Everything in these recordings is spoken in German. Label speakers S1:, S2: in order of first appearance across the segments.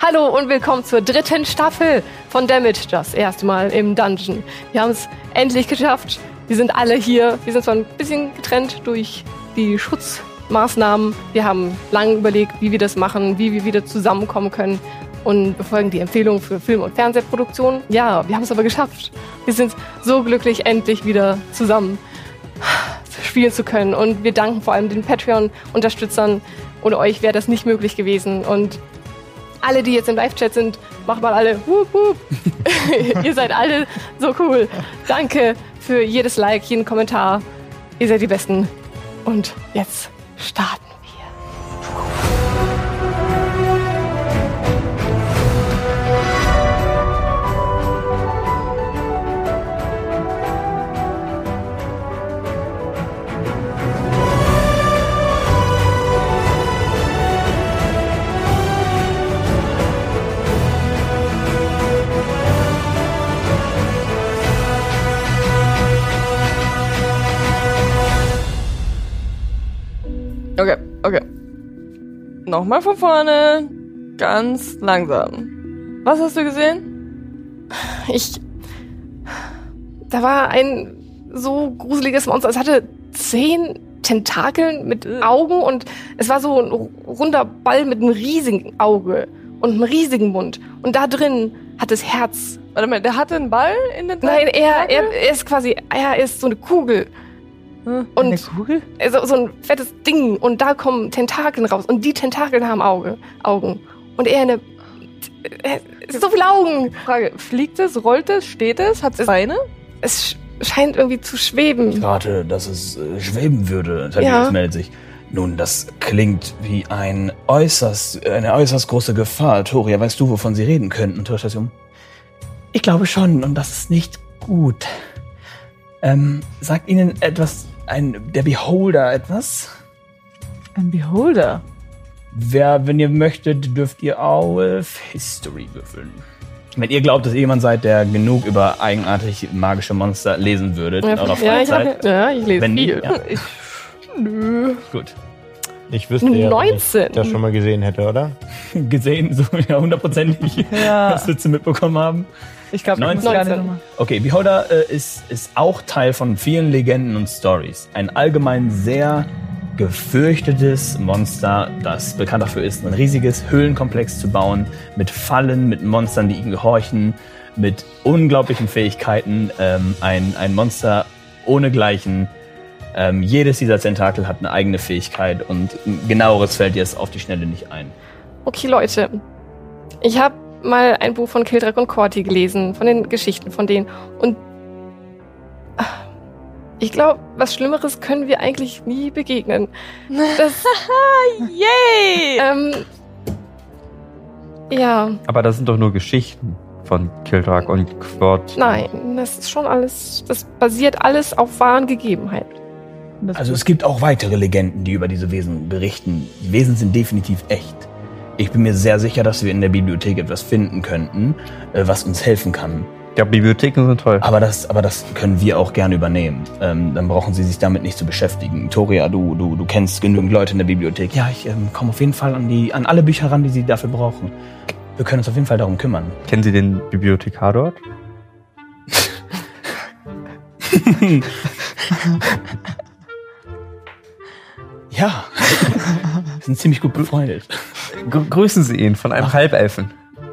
S1: Hallo und willkommen zur dritten Staffel von Damage, das erste Mal im Dungeon. Wir haben es endlich geschafft. Wir sind alle hier. Wir sind zwar ein bisschen getrennt durch die Schutzmaßnahmen. Wir haben lange überlegt, wie wir das machen, wie wir wieder zusammenkommen können und befolgen die Empfehlungen für Film- und Fernsehproduktionen. Ja, wir haben es aber geschafft. Wir sind so glücklich, endlich wieder zusammen spielen zu können. Und wir danken vor allem den Patreon-Unterstützern. Ohne euch wäre das nicht möglich gewesen. Und alle, die jetzt im Live-Chat sind, macht mal alle wup, wup. Ihr seid alle so cool. Danke für jedes Like, jeden Kommentar. Ihr seid die Besten. Und jetzt starten wir.
S2: Okay, okay. Nochmal von vorne. Ganz langsam. Was hast du gesehen?
S1: Ich. Da war ein so gruseliges Monster. Es hatte zehn Tentakeln mit
S2: Äh.
S1: Augen und es war so ein runder Ball mit einem riesigen Auge und einem riesigen Mund. Und da drin hat es Herz.
S2: Warte mal, der hatte einen Ball in den
S1: Nein, er, er, er ist quasi. Er ist so eine Kugel.
S2: Hm. und eine Kugel?
S1: Äh, so, so ein fettes Ding und da kommen Tentakeln raus und die Tentakeln haben Auge, Augen. Und er eine. äh, So viele Augen!
S2: Frage, fliegt es, rollt es, steht es, hat es Beine?
S1: Es sch- scheint irgendwie zu schweben.
S3: rate, dass es äh, schweben würde. Tiberius
S1: Ja.
S3: meldet sich. Nun, das klingt wie ein äußerst, eine äußerst große Gefahr. Toria, weißt du, wovon sie reden könnten, Torstasium?
S4: Ich glaube schon, und das ist nicht gut.
S3: Ähm, sagt ihnen etwas, ein, der Beholder etwas?
S2: Ein Beholder.
S3: Wer, wenn ihr möchtet, dürft ihr auf History würfeln. Wenn ihr glaubt, dass ihr jemand seid, der genug über eigenartig magische Monster lesen würdet in eurer
S1: ja, ich
S3: Freizeit.
S1: hab, ja, ich lese
S3: wenn nicht,
S1: viel.
S3: ja,
S1: Nö.
S3: gut.
S5: Ich wüsste ja, wenn ich
S1: 19.
S5: das schon mal gesehen hätte, oder?
S3: Gesehen, so ja, hundertprozentig,
S2: Ja,
S3: was wir zu mitbekommen haben.
S2: ich glaube, ich muss
S3: 19.
S2: gar nicht nochmal.
S3: Okay, Beholder äh, ist, ist auch Teil von vielen Legenden und Stories. Ein allgemein sehr gefürchtetes Monster, das bekannt dafür ist, ein riesiges Höhlenkomplex zu bauen, mit Fallen, mit Monstern, die ihm gehorchen, mit unglaublichen Fähigkeiten. Ähm, ein, ein Monster ohnegleichen. Ähm, jedes dieser Tentakel hat eine eigene Fähigkeit und ein genaueres fällt dir jetzt auf die Schnelle nicht ein.
S1: Okay, Leute. Ich habe mal ein Buch von Kildrak und Corti gelesen, von den Geschichten von denen. Und ah, ich glaube, was Schlimmeres können wir eigentlich nie begegnen. Das,
S2: Yay!
S1: ähm, ja,
S6: Aber das sind doch nur Geschichten von Kildrak und Quort.
S1: nein, das ist schon alles, das basiert alles auf wahren Gegebenheiten.
S3: Also es gibt auch weitere Legenden, die über diese Wesen berichten. Die Wesen sind definitiv echt. Ich bin mir sehr sicher, dass wir in der Bibliothek etwas finden könnten, äh, was uns helfen kann.
S6: Ja, Bibliotheken sind toll.
S3: Aber das, aber das können wir auch gerne übernehmen. Ähm, dann brauchen Sie sich damit nicht zu beschäftigen. Toria, du, du, du kennst genügend Leute in der Bibliothek. Ja, ich ähm, komme auf jeden Fall an, die, an alle Bücher ran, die Sie dafür brauchen. Wir können uns auf jeden Fall darum kümmern.
S6: Kennen Sie den Bibliothekar dort?
S3: Ja, sind ziemlich gut befreundet.
S6: Gr grüßen Sie ihn von einem
S3: Ach.
S6: Halbelfen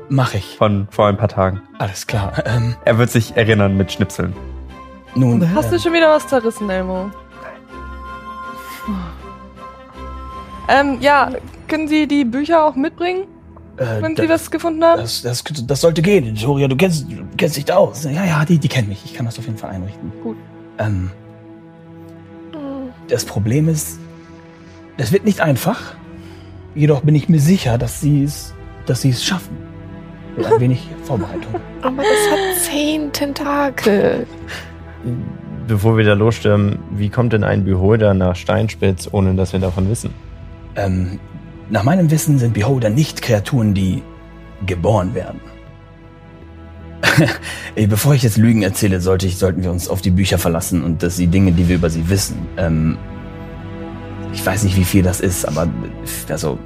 S3: Mach ich.
S6: von vor ein paar Tagen.
S3: Alles klar. Ähm,
S6: Er wird sich erinnern mit Schnipseln.
S3: nun,
S2: Hast du schon wieder was zerrissen, Elmo? Ähm, ja, können Sie die Bücher auch mitbringen,
S3: äh,
S2: wenn
S3: da-
S2: Sie was gefunden haben?
S3: Das, das, das sollte gehen. Joria, du kennst, du kennst dich da aus. Ja, ja, die, die kennen mich. Ich kann das auf jeden Fall einrichten.
S2: Gut.
S3: Ähm, das Problem ist, das wird nicht einfach. Jedoch bin ich mir sicher, dass sie es, dass sie es schaffen. Mit ein wenig Vorbereitung.
S1: Aber das hat zehn Tentakel.
S5: bevor wir da losstürmen, wie kommt denn ein Beholder nach Steinspitz, ohne dass wir davon wissen?
S3: Ähm, nach meinem Wissen sind Beholder nicht Kreaturen, die geboren werden. Ey, Bevor ich jetzt Lügen erzähle, sollte ich, sollten wir uns auf die Bücher verlassen und dass die Dinge, die wir über sie wissen. Ähm, ich weiß nicht, wie viel das ist, aber also,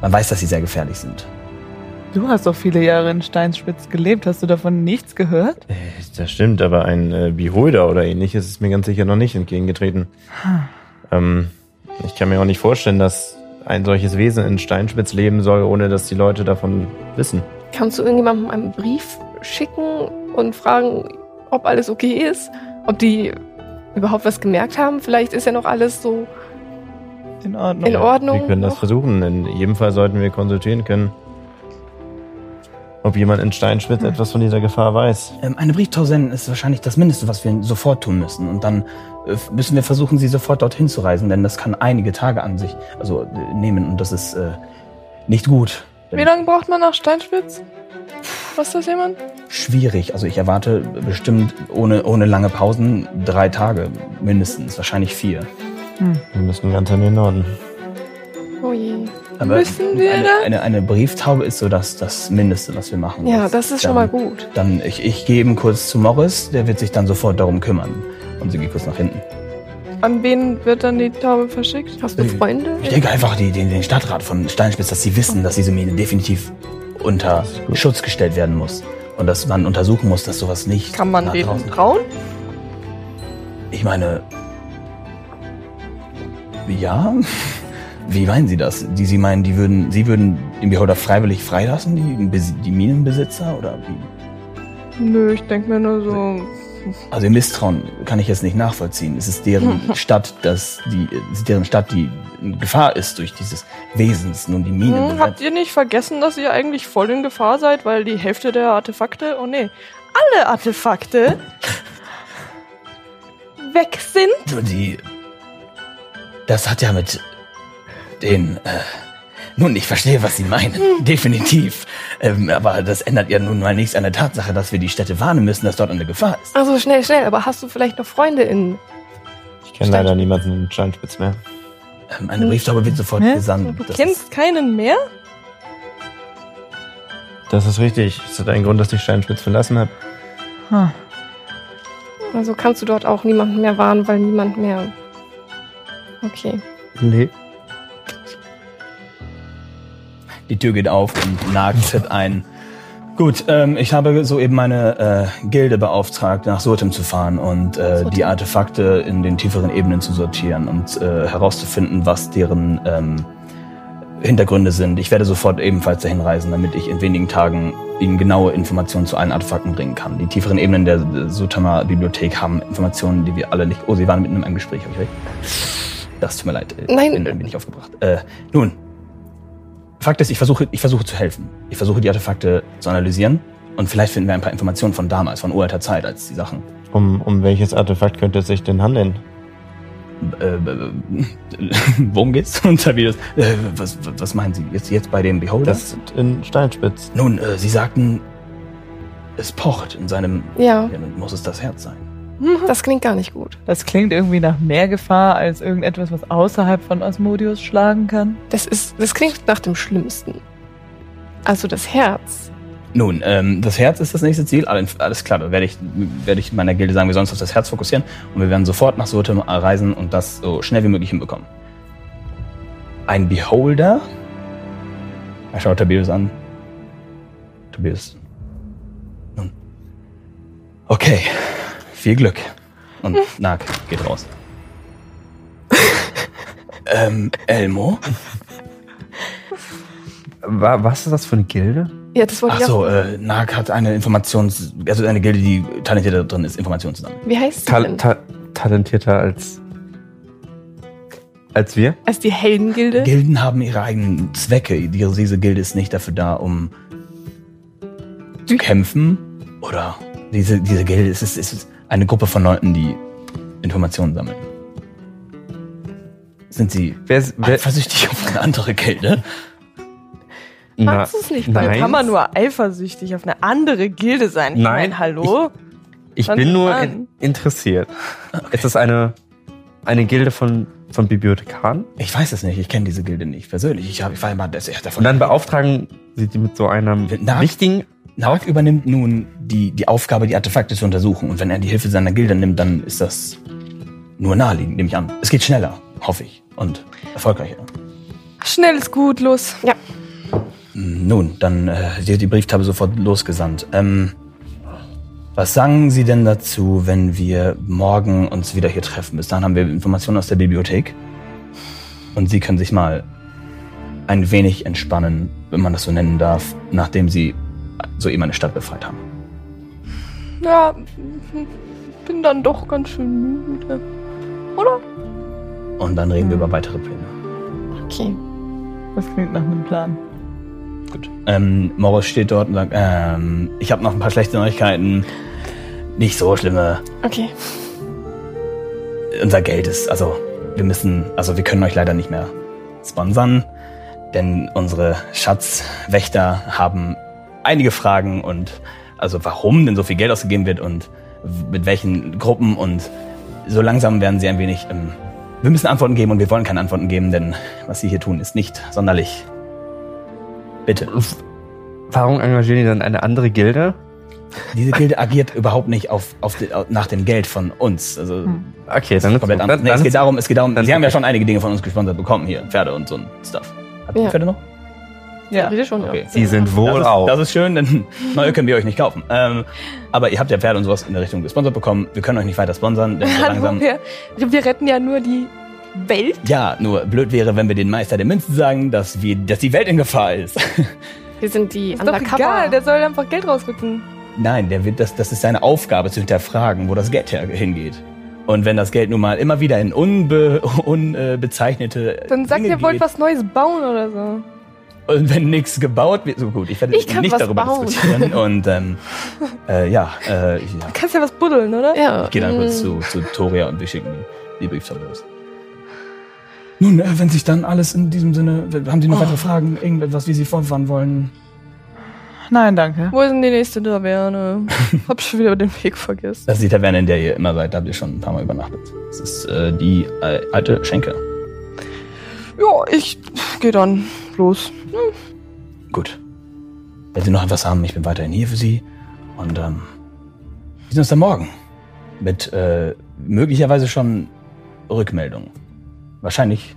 S3: man weiß, dass sie sehr gefährlich sind.
S2: Du hast doch viele Jahre in Steinspitz gelebt. Hast du davon nichts gehört?
S5: Äh, Das stimmt, aber ein äh, Beholder oder ähnliches ist mir ganz sicher noch nicht entgegengetreten. Ähm, ich kann mir auch nicht vorstellen, dass ein solches Wesen in Steinspitz leben soll, ohne dass die Leute davon wissen.
S1: Kannst du irgendjemandem einen Brief schicken und fragen, ob alles okay ist? Ob die überhaupt was gemerkt haben? Vielleicht ist ja noch alles so
S2: In Ordnung.
S1: in Ordnung.
S5: Wir können das
S1: noch.
S5: versuchen. In jedem Fall sollten wir konsultieren können, ob jemand in Steinspitz etwas von dieser Gefahr weiß.
S3: Ähm, eine Brieftaube senden ist wahrscheinlich das Mindeste, was wir sofort tun müssen. Und dann äh, müssen wir versuchen, sie sofort dorthin zu reisen, denn das kann einige Tage an sich also, äh, nehmen und das ist äh, nicht gut.
S2: Wie lange braucht man nach Steinspitz? Was das jemand?
S3: Schwierig. Also ich erwarte bestimmt ohne, ohne lange Pausen drei Tage mindestens, wahrscheinlich vier.
S5: Wir müssen ganz an den Norden.
S1: Oh je.
S2: Müssen wir
S3: eine,
S2: da?
S3: eine, eine Brieftaube ist so das, das Mindeste, was wir machen.
S1: Ja,
S3: müssen.
S1: das ist schon
S3: Dann-
S1: mal gut.
S3: Dann ich, ich gehe eben kurz zu Morris, der wird sich dann sofort darum kümmern. Und sie geht kurz nach hinten.
S2: An wen wird dann die Taube verschickt?
S1: Hast du
S3: Äh,
S1: Freunde?
S3: Ich denke einfach die, den, den Stadtrat von Steinspitz, dass sie wissen, dass diese Mine definitiv unter Schutz gestellt werden muss. Und dass man untersuchen muss, dass sowas nicht.
S2: Kann man
S3: nach
S2: denen
S3: draußen-
S2: trauen?
S3: Ich meine. Ja? Wie meinen Sie das? Die, Sie meinen, die würden, Sie würden den Beholder freiwillig freilassen, die, Bes- die Minenbesitzer? Oder wie?
S2: Nö, ich denke mir nur so. hm,
S3: Also ihr Misstrauen kann ich jetzt nicht nachvollziehen. Es ist deren Stadt, dass die, es ist deren Stadt, die in Gefahr ist durch dieses Wesens, nun die Minen.
S2: Hm, habt ihr nicht vergessen, dass ihr eigentlich voll in Gefahr seid, weil die Hälfte der Artefakte, oh nee, alle Artefakte weg sind?
S3: Nur die. Das hat ja mit den. Äh, nun, ich verstehe, was Sie meinen. Definitiv. Ähm, aber das ändert ja nun mal nichts an der Tatsache, dass wir die Städte warnen müssen, dass dort eine Gefahr ist.
S1: Also schnell, schnell, aber hast du vielleicht noch Freunde in.
S5: Ich kenne leider niemanden in Steinspitz mehr.
S3: Ähm, eine Brieftaube wird sofort
S2: Hä?
S3: gesandt.
S2: Du
S3: Das
S2: kennst keinen mehr?
S5: Das ist richtig. Es hat einen Grund, dass ich Steinspitz verlassen habe.
S1: Also kannst du dort auch niemanden mehr warnen, weil niemand mehr. Okay.
S6: Nee.
S3: Ist, die Tür geht auf und Nag tritt ein. Gut, ähm, ich habe soeben meine äh, Gilde beauftragt, nach Surtem zu fahren und äh, die Artefakte in den tieferen Ebenen zu sortieren und äh, herauszufinden, was deren ähm, Hintergründe sind. Ich werde sofort ebenfalls dahin reisen, damit ich in wenigen Tagen Ihnen genaue Informationen zu allen Artefakten bringen kann. Die tieferen Ebenen der äh, Sutamer Bibliothek haben Informationen, die wir alle nicht. Oh, Sie waren mitten in einem Gespräch, hab ich recht? Das tut mir leid. äh,
S1: Nein.
S3: Bin ein wenig aufgebracht. Äh, nun, Fakt ist, ich versuche, ich versuche zu helfen. Ich versuche, die Artefakte zu analysieren. Und vielleicht finden wir ein paar Informationen von damals, von uralter Zeit, als die Sachen
S5: Um, um welches Artefakt könnte es sich denn handeln?
S3: äh, äh, worum geht's? Und Tavius, äh, was, was meinen Sie jetzt, jetzt bei dem Beholder?
S5: Das ist in Steinspitz.
S3: Nun, äh, Sie sagten, es pocht in seinem...
S1: Ja,
S3: Ja, dann muss es das Herz sein.
S1: das klingt gar nicht gut.
S7: Das klingt irgendwie nach mehr Gefahr als irgendetwas, was außerhalb von Osmodius schlagen kann.
S1: Das ist. Das klingt nach dem Schlimmsten. Also das Herz.
S3: Nun, ähm, das Herz ist das nächste Ziel. Alle- Alles klar, da werde ich, werde ich meiner Gilde sagen, wir sollen uns auf das Herz fokussieren. Und wir werden sofort nach Surtem reisen und das so schnell wie möglich hinbekommen. Ein Beholder? Er schaut Tobias an. Tobias. Nun. Okay. Viel Glück. Und Nag geht raus. ähm, Elmo?
S6: Wa was ist das für eine Gilde?
S1: Ja, das wollte
S3: Ach
S1: ich auch.
S3: so, äh, Nag hat eine Informations... Also eine Gilde, die talentiert da drin ist, Informationen zu sammeln.
S1: Wie heißt sie
S6: Tal
S1: denn?
S6: ta talentierter als. als wir?
S1: Als die Heldengilde?
S3: Gilden haben ihre eigenen Zwecke. Die- Diese Gilde ist nicht dafür da, um zu kämpfen. Oder diese, diese Gilde es ist, es ist eine Gruppe von Leuten, die Informationen sammeln. Sind sie
S6: Wer ist. Wer,
S3: eifersüchtig auf eine andere Gilde?
S6: na,
S1: Magst du es nicht?
S6: nein.
S2: Kann man nur eifersüchtig auf eine andere Gilde sein? Ich
S6: Nein,
S2: Mein, hallo?
S6: Ich
S2: Fang
S6: bin nur
S2: an.
S6: in, interessiert. Ist das eine, eine Gilde von, von Bibliothekaren?
S3: Ich weiß es nicht, ich kenne diese Gilde nicht persönlich. Ich, hab, ich war immer das, ja, davon.
S6: Und dann beauftragen sie die mit so einer
S3: Na-
S6: wichtigen.
S3: Nark übernimmt nun die, die Aufgabe, die Artefakte zu untersuchen. Und wenn er die Hilfe seiner Gilde nimmt, dann ist das nur naheliegend, nehme ich an. Es geht schneller, hoffe ich. Und erfolgreicher.
S2: Schnell ist gut, los. Ja.
S3: Hm, Nun, dann äh, wird die Brieftabe sofort losgesandt. Ähm, was sagen Sie denn dazu, wenn wir morgen uns wieder hier treffen? Bis dahin haben wir Informationen aus der Bibliothek. Und Sie können sich mal ein wenig entspannen, wenn man das so nennen darf, nachdem Sie soeben eine Stadt befreit haben.
S2: Ja, hm, bin dann doch ganz schön müde. Oder?
S3: Und dann reden wir über weitere Pläne.
S1: Okay.
S7: Das klingt nach einem Plan.
S3: Ähm, Morris steht dort und sagt, ähm, ich habe noch ein paar schlechte Neuigkeiten. Nicht so schlimme.
S1: Okay.
S3: Unser Geld ist, also wir müssen, also wir können euch leider nicht mehr sponsern, denn unsere Schatzwächter haben einige Fragen und also warum denn so viel Geld ausgegeben wird und w- mit welchen Gruppen und so langsam werden sie ein wenig, ähm, wir müssen Antworten geben und wir wollen keine Antworten geben, denn was sie hier tun ist nicht sonderlich. Bitte.
S6: Warum engagieren die dann eine andere Gilde?
S3: Diese Gilde agiert überhaupt nicht auf, auf, de- au- nach dem Geld von uns. Also
S7: Hm.
S6: Okay,
S3: das
S6: dann
S3: ist
S6: ist
S3: komplett
S6: dann,
S3: anders.
S6: Ne, dann,
S3: Nee, es geht darum, es geht darum,
S6: dann-
S3: sie haben ja schon einige Dinge von uns gesponsert bekommen hier, Pferde und so ein Stuff. Habt ihr
S1: Ja.
S3: Pferde noch?
S7: Ja.
S1: Rede schon,
S3: Okay.
S6: Sie sind wohl
S3: das,
S6: auch.
S3: Ist, das ist schön, denn neue können wir euch nicht kaufen. Ähm, aber ihr habt ja Pferde und sowas in der Richtung gesponsert bekommen. Wir können euch nicht weiter sponsern, denn so
S2: Hallo,
S3: langsam.
S2: wir, wir retten ja nur die Welt.
S3: Ja, nur blöd wäre, wenn wir den Meister der Münzen sagen, dass, wir, dass die Welt in Gefahr ist.
S1: ja. Wir sind die
S2: Ist doch egal, der soll einfach Geld rausrücken.
S3: Nein, der wird das, das ist seine Aufgabe zu hinterfragen, wo das Geld her, hingeht. Und wenn das Geld nun mal immer wieder in unbezeichnete un, äh, bezeichnete
S2: Dann sagt
S3: Dinge
S2: ihr, wollt
S3: geht,
S2: was Neues bauen oder so.
S3: Und wenn nichts gebaut wird, so gut, ich werde
S1: Ich kann
S3: nicht
S1: was
S3: darüber
S1: bauen.
S3: diskutieren. Und ähm, äh, ja, äh, ja,
S2: Kannst ja was buddeln, oder?
S1: Ja.
S3: ich gehe dann
S1: Mm.
S3: kurz zu, zu Toria und wir schicken die Brieftaube los. Nun, äh, wenn sich dann alles in diesem Sinne, haben Sie noch
S1: Oh.
S3: weitere Fragen, irgendetwas, wie Sie fortfahren wollen?
S7: Nein, danke.
S2: Wo ist denn die nächste Taverne? Hab schon wieder den Weg vergessen.
S3: Das ist Also die Taverne, in der ihr immer seid, da habt ihr schon ein paar Mal übernachtet. Das ist äh, die äh, alte Schenke.
S2: Ja, ich geh dann los.
S3: Gut. Wenn Sie noch etwas haben, ich bin weiterhin hier für Sie. Und ähm, wir sehen uns dann morgen. Mit äh, möglicherweise schon Rückmeldungen. Wahrscheinlich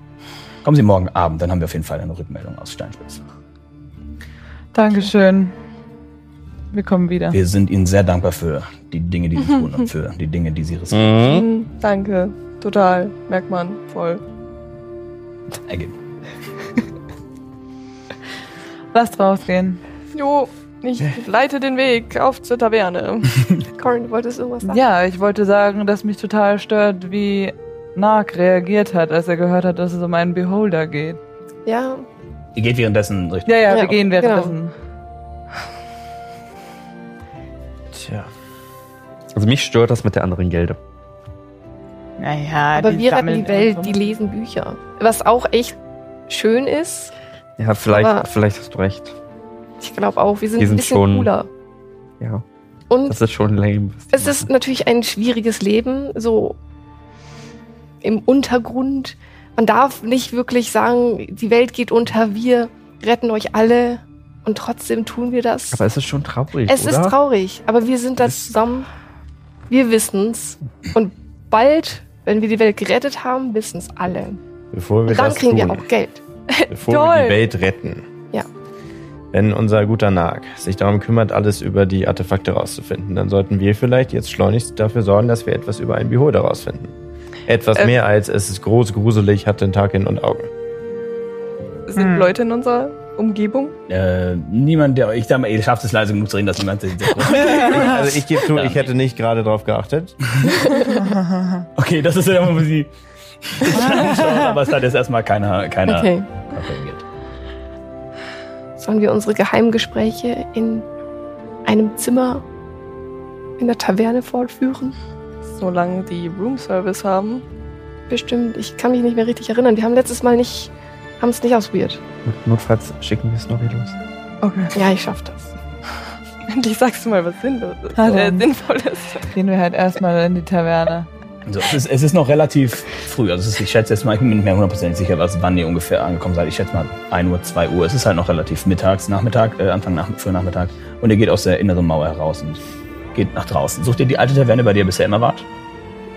S3: kommen Sie morgen Abend, dann haben wir auf jeden Fall eine Rückmeldung aus Steinspitz.
S7: Dankeschön. Wir kommen wieder.
S3: Wir sind Ihnen sehr dankbar für die Dinge, die Sie tun und für die Dinge, die Sie riskieren.
S6: Mhm.
S2: Mhm, danke. Total. Merkt man. Voll.
S3: ergeben.
S7: Lasst rausgehen.
S2: Jo, ich leite den Weg auf zur Taverne.
S1: Corin, du wolltest irgendwas sagen?
S7: Ja, ich wollte sagen, dass mich total stört, wie Nark reagiert hat, als er gehört hat, dass es um einen Beholder geht.
S1: Ja.
S3: Ihr geht währenddessen Richtung.
S7: Ja, ja,
S1: Ja,
S7: wir gehen
S1: genau.
S7: währenddessen.
S6: Tja. Also mich stört das mit der anderen Gilde.
S7: Naja,
S1: Aber wir retten
S7: sammeln
S1: die Welt, die
S7: Informationen.
S1: lesen Bücher. Was auch echt schön ist.
S6: Ja, vielleicht,
S1: Aber-
S6: vielleicht hast du recht.
S1: Ich glaube auch, wir sind,
S6: Die sind
S1: ein bisschen
S6: schon-
S1: cooler.
S6: Ja,
S1: Und
S6: das ist schon lame. was die
S1: es ist natürlich ein schwieriges Leben, so im Untergrund. Man darf nicht wirklich sagen, die Welt geht unter, wir retten euch alle. Und trotzdem tun wir das.
S6: machen. Aber es ist schon traurig,
S1: es
S6: oder?
S1: ist traurig, aber wir sind da
S6: Es-
S1: zusammen. Wir wissen's. Und bald, wenn wir die Welt gerettet haben, wissen's alle.
S5: Bevor wir
S1: Und dann
S5: das
S1: kriegen
S5: tun,
S1: wir auch Geld.
S5: bevor wir
S2: Toll.
S5: die Welt retten.
S1: Ja.
S5: Wenn unser guter Nag sich darum kümmert, alles über die Artefakte rauszufinden, dann sollten wir vielleicht jetzt schleunigst dafür sorgen, dass wir etwas über einen Beholder rausfinden. Etwas
S2: Äh.
S5: mehr als es ist groß, gruselig, hat den Tag in und Augen.
S2: Sind
S7: Hm.
S2: Leute in unserer Umgebung?
S3: Äh, niemand, der ich sag mal, ihr schafft es leise genug zu reden, dass niemand sich so
S5: Also ich gebe zu, ich hätte nicht gerade drauf geachtet.
S3: Okay, das ist ja immer für Sie. Aber es hat jetzt erstmal keiner, keiner
S1: Okay.
S3: reagiert.
S1: Sollen wir unsere Geheimgespräche in einem Zimmer in der Taverne fortführen?
S2: Solange die Room Service haben.
S1: Bestimmt. Ich kann mich nicht mehr richtig erinnern. Wir haben letztes Mal nicht, haben es nicht ausprobiert.
S6: Notfalls schicken wir es noch hier los.
S7: Okay.
S1: Ja, ich schaff das. Endlich sagst du mal was Sinnloses.
S7: Hallo.
S1: Äh, Sinnvolles.
S7: Ah, Gehen wir halt erstmal in die Taverne.
S3: Also es, ist, es ist noch relativ früh. Also es ist, ich schätze jetzt mal, ich bin mir nicht mehr hundertprozentig sicher, was, wann ihr ungefähr angekommen seid. Ich schätze mal 1 Uhr, 2 Uhr. Es ist halt noch relativ mittags, Nachmittag, äh, Anfang nach, für Nachmittag. Und ihr geht aus der inneren Mauer heraus und geht nach draußen. Sucht ihr die alte Taverne, bei der ihr bisher immer wart?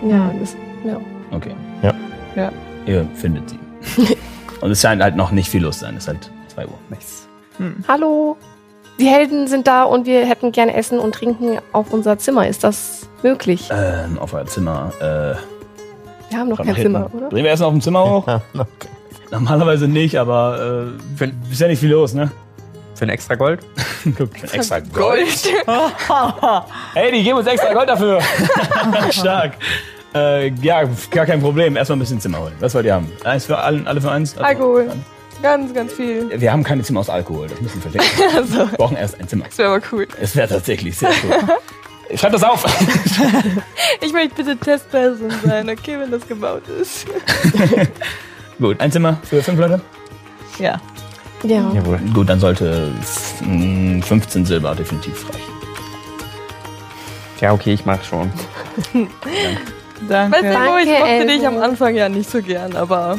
S1: Ja, das, ja.
S3: Okay.
S5: Ja.
S7: Ja.
S3: Ihr findet sie. und es scheint halt noch nicht viel los zu sein. Es ist halt 2 Uhr.
S1: Hallo. Die Helden sind da und wir hätten gern Essen und Trinken auf unser Zimmer. Ist das möglich?
S3: Ähm, auf euer Zimmer. Äh,
S1: Wir haben noch
S3: komm
S1: kein
S3: nach
S1: Zimmer,
S3: hinten.
S1: oder?
S3: Drehen wir erst noch auf dem Zimmer hoch?
S5: Ja,
S3: Normalerweise nicht, aber äh,
S6: Für-
S3: ist ja nicht viel los, ne?
S6: Für ein extra Gold?
S3: Guck, ich bin extra Gold. hey, die geben uns extra Gold dafür. Stark. Äh, ja, gar kein Problem. Erstmal ein bisschen Zimmer holen. Was wollt ihr haben? Eins für allen, alle für eins? Also,
S7: Alkohol. Ganz, ganz viel.
S3: Wir haben keine Zimmer aus Alkohol. Das müssen wir verstehen. Wir brauchen erst ein Zimmer.
S7: Das wäre aber cool.
S3: Es wäre tatsächlich sehr cool. Schreibt das auf.
S7: Ich möchte bitte Testperson sein, okay, wenn das gebaut ist.
S3: Gut, ein Zimmer für fünf Leute?
S7: Ja.
S1: Ja.
S5: Jawohl.
S3: Gut, dann sollte f- mh, 15 Silber definitiv reichen.
S6: Ja, okay, ich mach schon.
S7: Danke.
S1: Weißt du,
S7: ich
S1: Danke,
S7: mochte
S1: Elmo.
S7: dich am Anfang ja nicht so gern, aber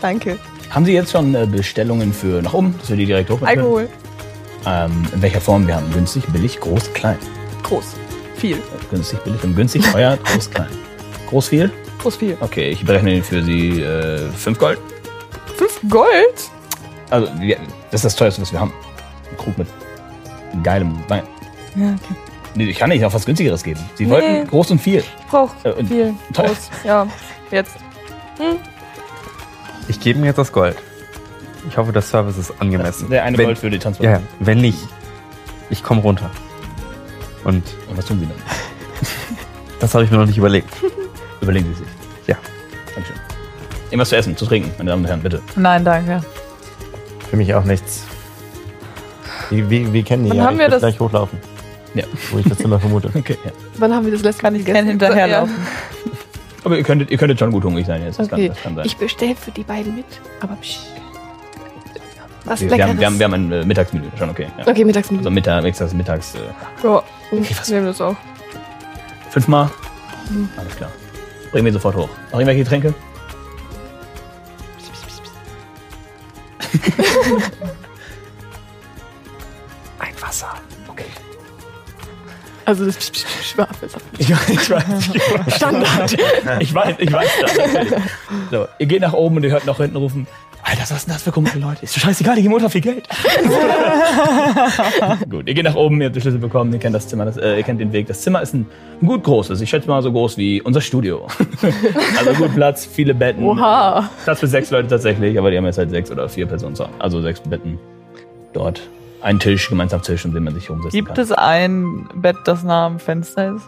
S7: danke.
S3: Haben Sie jetzt schon äh, Bestellungen für nach oben, dass wir die direkt hochmachen? können?
S7: Alkohol,
S3: Ähm, in welcher Form wir haben? Günstig, billig, groß, klein.
S7: groß. Viel.
S3: Günstig, billig und günstig, teuer, groß, klein. Groß viel?
S7: Groß viel.
S3: Okay, ich berechne den für Sie äh, 5 Gold.
S7: Fünf Gold?
S3: Also, wir, das ist das teuerste, was wir haben. Ein Krug mit geilem Wein.
S7: Ja, okay.
S3: Nee, ich kann nicht noch was günstigeres geben. Sie
S7: Nee.
S3: wollten groß und viel.
S7: Ich brauch
S3: Äh, und
S7: viel.
S3: teuer.
S7: Groß. Ja, jetzt.
S6: Ich gebe mir jetzt das Gold. Ich hoffe, der Service ist angemessen.
S3: Der eine
S6: wenn,
S3: Gold für die Transport.
S6: Ja, ja, wenn nicht, ich komme runter. Und
S3: Und was tun Sie dann?
S6: das habe ich mir noch nicht überlegt.
S3: Überlegen Sie sich.
S6: Ja.
S3: Dankeschön. Irgendwas zu essen, zu trinken, meine Damen und Herren, bitte.
S7: Nein, danke.
S5: Für mich auch nichts. Wie, wie, wie kennen die?
S7: Wann
S5: ja,
S7: haben
S5: ich
S7: wir
S5: würd
S7: das-
S5: gleich hochlaufen.
S3: Ja.
S5: Wo ich das immer vermute.
S3: Okay. Ja.
S1: Wann haben wir das letzte Mal
S7: Ich kann hinterherlaufen.
S3: Aber ihr könntet, ihr könntet schon gut hungrig sein jetzt. Das,
S1: Okay.
S3: kann, das kann sein.
S1: Ich bestelle für die beiden mit, aber psch. Was
S3: wir, wir,
S1: Leckeres.
S3: haben, wir, haben, wir haben ein äh, Mittagsmenü schon, okay. Ja.
S1: okay, mittags
S3: Also Mittag, mittags, mittags äh,
S7: Ja,
S3: Okay,
S7: ich nehme das auch.
S3: fünfmal. Alles klar. Bringen wir sofort hoch. Noch irgendwelche Getränke?
S4: Ein Wasser. Okay.
S1: Also das psch, psch, psch, war auf jetzt auf-
S3: Ich weiß, ich weiß. Ich weiß. Standard. Ich weiß, ich weiß das. natürlich. So, ihr geht nach oben und ihr hört noch hinten rufen, Alter, was sind das für komische Leute? Ist doch scheißegal, die geben unter viel Geld. gut, ihr geht nach oben, ihr habt die Schlüssel bekommen, ihr kennt das Zimmer, das, äh, ihr kennt den Weg. Das Zimmer ist ein gut großes, ich schätze mal so groß wie unser Studio. also gut Platz, viele Betten.
S1: Oha.
S3: Platz für sechs Leute tatsächlich, aber die haben jetzt halt sechs oder vier Personen. zu- Also sechs Betten dort. Ein Tisch, gemeinsam Tisch, um den man sich rumsetzen
S7: Gibt
S3: kann.
S7: es ein Bett, das nah am Fenster ist?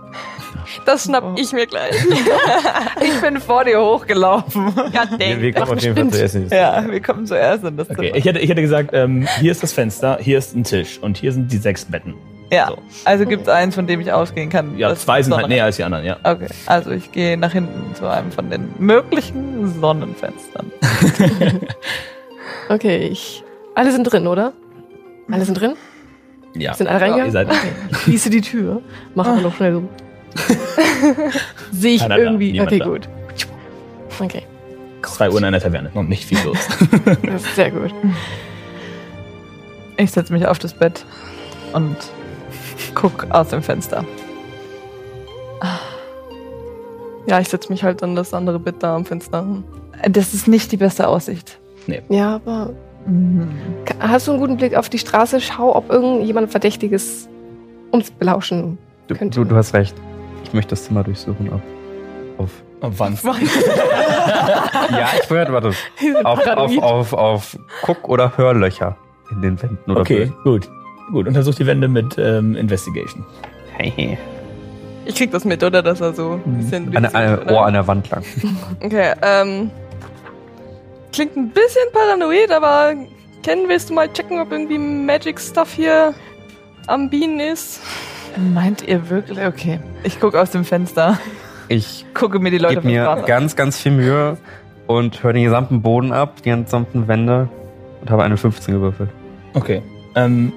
S1: Das schnapp ich mir gleich.
S7: Ich bin vor dir hochgelaufen.
S5: Wir, wir kommen auf jeden Fall zu essen.
S7: Ja, wir kommen zuerst in das
S3: Okay,
S7: Zimmer.
S3: ich hätte, ich hätte gesagt, ähm, hier ist das Fenster, hier ist ein Tisch und hier sind die sechs Betten.
S7: Ja,
S3: So.
S7: also gibt es eins, von dem ich ausgehen kann.
S3: Ja,
S7: dass
S3: zwei sind
S7: Sonne-
S3: halt näher als die anderen, ja.
S7: Okay, also ich gehe nach hinten zu einem von den möglichen Sonnenfenstern.
S1: Okay, ich. Alle sind drin, oder? Alle sind drin?
S3: ja.
S1: Sind alle
S3: Ihr
S1: reingegangen?
S3: seid
S1: Ich schließe die Tür. Mach aber noch schnell so. Sehe ich
S3: Keiner da,
S1: irgendwie.
S3: niemand
S1: okay,
S3: da.
S1: gut. Okay,
S3: zwei Uhr in einer Taverne, noch nicht viel los.
S1: das ist sehr gut.
S7: Ich setze mich auf das Bett und guck aus dem Fenster.
S2: Ja, ich setze mich halt an das andere Bett da am Fenster.
S7: Das ist nicht die beste Aussicht.
S1: Ja, aber
S7: Mhm.
S1: ka- hast du einen guten Blick auf die Straße? Schau, ob irgendjemand Verdächtiges uns belauschen
S6: Du,
S1: könnte.
S6: du, du hast recht. Ich möchte das Zimmer durchsuchen. Auf. auf.
S3: Und wann?
S6: Ja, ich würde, warte. Auf, auf, auf, auf Guck- oder Hörlöcher in den Wänden oder
S3: Okay, gut. Gut, untersucht die Wände mit ähm, Investigation.
S6: Hey,
S2: Ich krieg das mit, oder? Dass er so ein bisschen.
S6: Eine, eine,
S2: oder?
S6: Ohr an der Wand lang.
S2: Okay, ähm. Klingt ein bisschen paranoid, aber Ken, willst du mal checken, ob irgendwie Magic Stuff hier am Bienen ist?
S7: Meint ihr wirklich? Okay. Ich gucke aus dem Fenster,
S6: Ich
S7: gucke mir die Leute
S6: gebe mir
S7: Straße an.
S6: ganz, ganz viel Mühe und höre den gesamten Boden ab, die gesamten Wände und habe eine 15 gewürfelt.
S3: Okay. Ähm,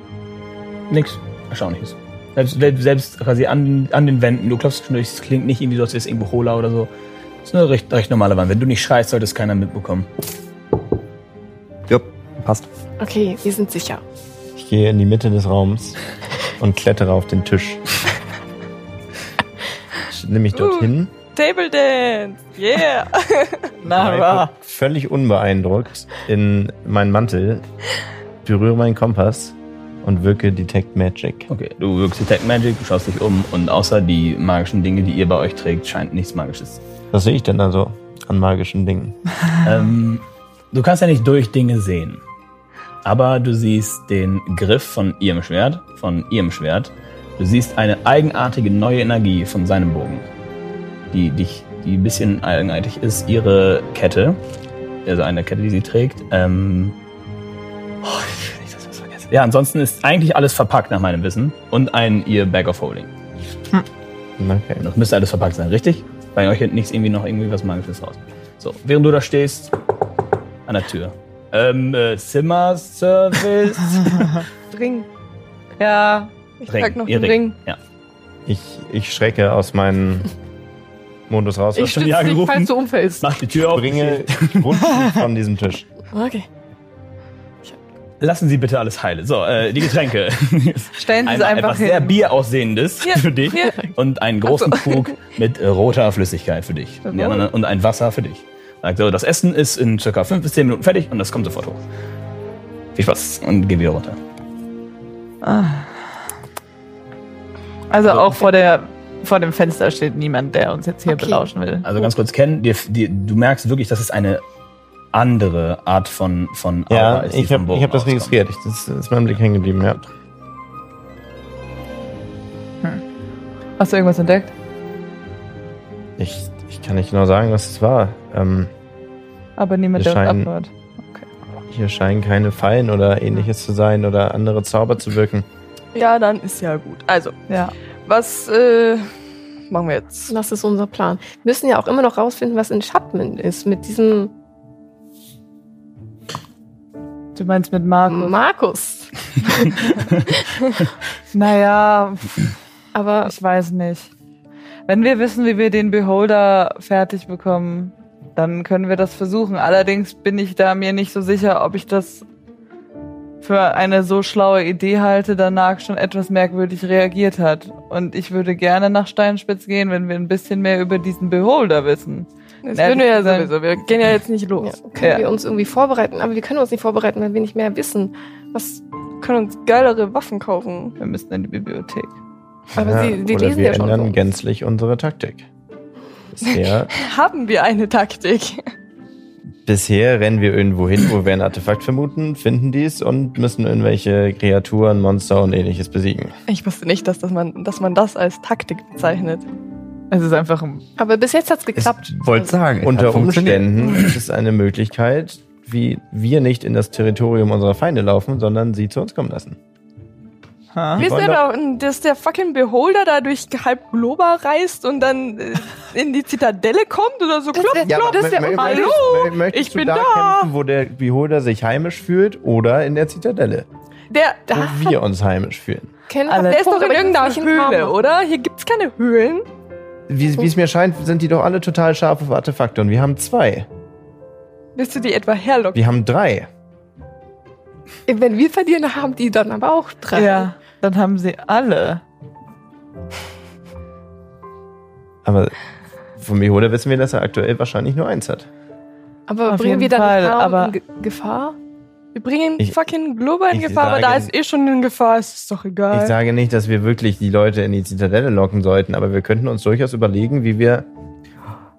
S3: nix. Erstaunliches. Selbst, selbst- selbst quasi an, an den Wänden, du klopfst schon durch, es klingt nicht irgendwie so, als wäre es irgendwo hohler oder so. Es ist eine recht, recht normale Wand. Wenn du nicht schreist, sollte es keiner mitbekommen.
S8: Ja, passt.
S1: Okay, wir sind sicher.
S5: Ich gehe in die Mitte des Raums und klettere auf den Tisch. Ich nehme mich dorthin.
S2: Table Dance! Yeah!
S7: Uh,
S5: Nara. Völlig unbeeindruckt in meinen Mantel, berühre meinen Kompass und wirke Detect Magic.
S3: Okay, du wirkst Detect Magic, du schaust dich um und außer die magischen Dinge, die ihr bei euch trägt, scheint nichts Magisches
S5: Was sehe ich denn da so an magischen Dingen?
S3: Ähm, du kannst ja nicht durch Dinge sehen. Aber du siehst den Griff von ihrem Schwert, von ihrem Schwert. Du siehst eine eigenartige neue Energie von seinem Bogen, die dich, die ein bisschen eigenartig ist. Ihre Kette, also eine Kette, die sie trägt. Ähm, oh, ich will nicht, dass ich das vergesse. Ja, ansonsten ist eigentlich alles verpackt nach meinem Wissen und ein ihr Bag of Holding.
S5: Okay.
S3: Das müsste alles verpackt sein, richtig? Bei euch hinten nichts irgendwie noch irgendwie was Magisches raus. So, während du da stehst, an der Tür. Ähm, äh, Zimmerservice.
S2: Ring.
S7: Ja,
S2: Ich
S3: Ring,
S2: pack noch
S3: ihr
S2: den Ring.
S3: Ja.
S5: Ich, ich schrecke aus meinem Modus raus
S1: Ich
S5: und
S3: schon die
S1: stütze dich,
S3: angerufen?
S1: falls du umfällst.
S3: Mach die Tür auf.
S5: bringe Wunsch von diesem Tisch.
S1: Okay.
S3: Lassen Sie bitte alles heile. So, äh, die Getränke.
S7: stellen Sie es
S3: Einmal
S7: einfach
S3: etwas sehr
S7: hin.
S3: bier aussehendes
S2: Hier,
S3: für dich
S2: hier.
S3: und einen großen Krug mit äh, roter Flüssigkeit für dich. Und, die anderen, und ein Wasser für dich. Sagt so, das Essen ist in circa 5 bis 10 Minuten fertig und das kommt sofort hoch. Viel Spaß und geh wieder runter.
S7: Also auch vor der vor dem Fenster steht niemand, der uns jetzt hier
S1: Okay.
S7: belauschen will.
S3: Also ganz kurz, Ken, dir, dir, du merkst wirklich, dass es eine andere Art von, von
S5: Ja,
S3: die
S5: ich
S3: vom
S5: habe
S3: Bogen
S5: ich hab das
S3: auskommt.
S5: registriert. Ich, das ist mein Blick hängen geblieben, ja.
S7: Hast du irgendwas entdeckt?
S5: Ich, ich kann nicht genau sagen, was es war. Ähm,
S7: Aber niemand,
S5: Wir
S7: der uns
S5: scheinen-
S7: abhört.
S5: hier scheinen keine Fallen oder ähnliches zu sein oder andere Zauber zu wirken.
S2: Ja, dann ist ja gut. Also,
S7: Ja.
S2: was äh, machen wir jetzt?
S1: Das ist unser Plan. Wir müssen ja auch immer noch rausfinden, was in Schatman ist. Mit diesem
S7: Du meinst mit Marco?
S1: Markus.
S7: naja,
S1: Aber
S7: ich weiß nicht. Wenn wir wissen, wie wir den Beholder fertig bekommen, dann können wir das versuchen. Allerdings bin ich da mir nicht so sicher, ob ich das für eine so schlaue Idee halte, danach schon etwas merkwürdig reagiert hat. Und ich würde gerne nach Steinspitz gehen, wenn wir ein bisschen mehr über diesen Beholder wissen.
S2: Das
S7: Na,
S2: würden wir ja
S7: dann-
S2: sowieso. Wir gehen ja jetzt nicht
S1: ja,
S2: los.
S1: können
S7: Ja.
S1: wir uns irgendwie vorbereiten? Aber wir können uns nicht vorbereiten, weil wir nicht mehr wissen. Was,
S2: Wir können uns geilere Waffen kaufen.
S7: Wir müssen in die Bibliothek.
S1: aber
S5: Ja,
S1: sie, die
S5: oder
S1: lesen
S5: wir
S1: ja schon.
S5: ändern
S1: so.
S5: gänzlich unsere Taktik. Bisher,
S2: Haben wir eine Taktik?
S5: bisher rennen wir irgendwo hin, wo wir ein Artefakt vermuten, finden dies und müssen irgendwelche Kreaturen, Monster und ähnliches besiegen.
S2: Ich wusste nicht, dass, dass, man, dass man das als Taktik bezeichnet.
S7: Es ist einfach ein
S1: Aber bis jetzt hat's
S6: Ich
S1: geklappt.
S6: wollte sagen,
S5: Unter Umständen ist es eine Möglichkeit, wie wir nicht in das Territorium unserer Feinde laufen, sondern sie zu uns kommen lassen.
S7: Ha?
S5: Ah, Wir
S2: Wisst ihr
S5: wollen
S2: doch, dass der fucking Beholder da durch halb Globa reist und dann äh, in die Zitadelle kommt oder so? Klopp,
S1: wär-
S2: klopp.
S1: das ist ja
S5: mö- mö-
S1: hallo,
S5: möchtest- mö- möchtest
S2: ich
S5: du
S2: bin
S5: da,
S2: da.
S5: kämpfen, wo der Beholder sich heimisch fühlt oder in der Zitadelle,
S2: Der,
S5: wo
S2: da,
S5: wir uns heimisch fühlen.
S1: Kennen
S7: Alle-
S2: der ist doch in
S1: aber ich kann's
S2: irgendeiner
S1: nicht in den Kram
S2: Höhle,
S1: machen.
S2: oder? Hier gibt's keine Höhlen.
S5: Wie wie es mir scheint, sind die doch alle total scharf auf Artefakte und wir haben zwei.
S2: Willst du die etwa herlocken?
S5: Wir haben drei.
S1: Wenn wir verlieren, haben die dann aber auch drei.
S7: Ja, dann haben sie alle.
S5: Aber vom Beholder wissen wir, dass er aktuell wahrscheinlich nur eins hat.
S1: Aber
S7: Auf
S1: bringen wir
S7: jeden
S1: dann
S7: Fall,
S1: Kram
S7: aber-
S1: in Ge Gefahr?
S2: Wir bringen
S5: Ich-
S2: fucking Globa in
S5: ich
S2: Gefahr, aber da
S5: sage-
S2: ist eh schon in Gefahr, es ist doch
S7: Äh,
S5: Ich
S2: egal.
S5: sage nicht, dass wir wirklich die Leute in die Zitadelle locken sollten, aber wir könnten uns durchaus überlegen, wie wir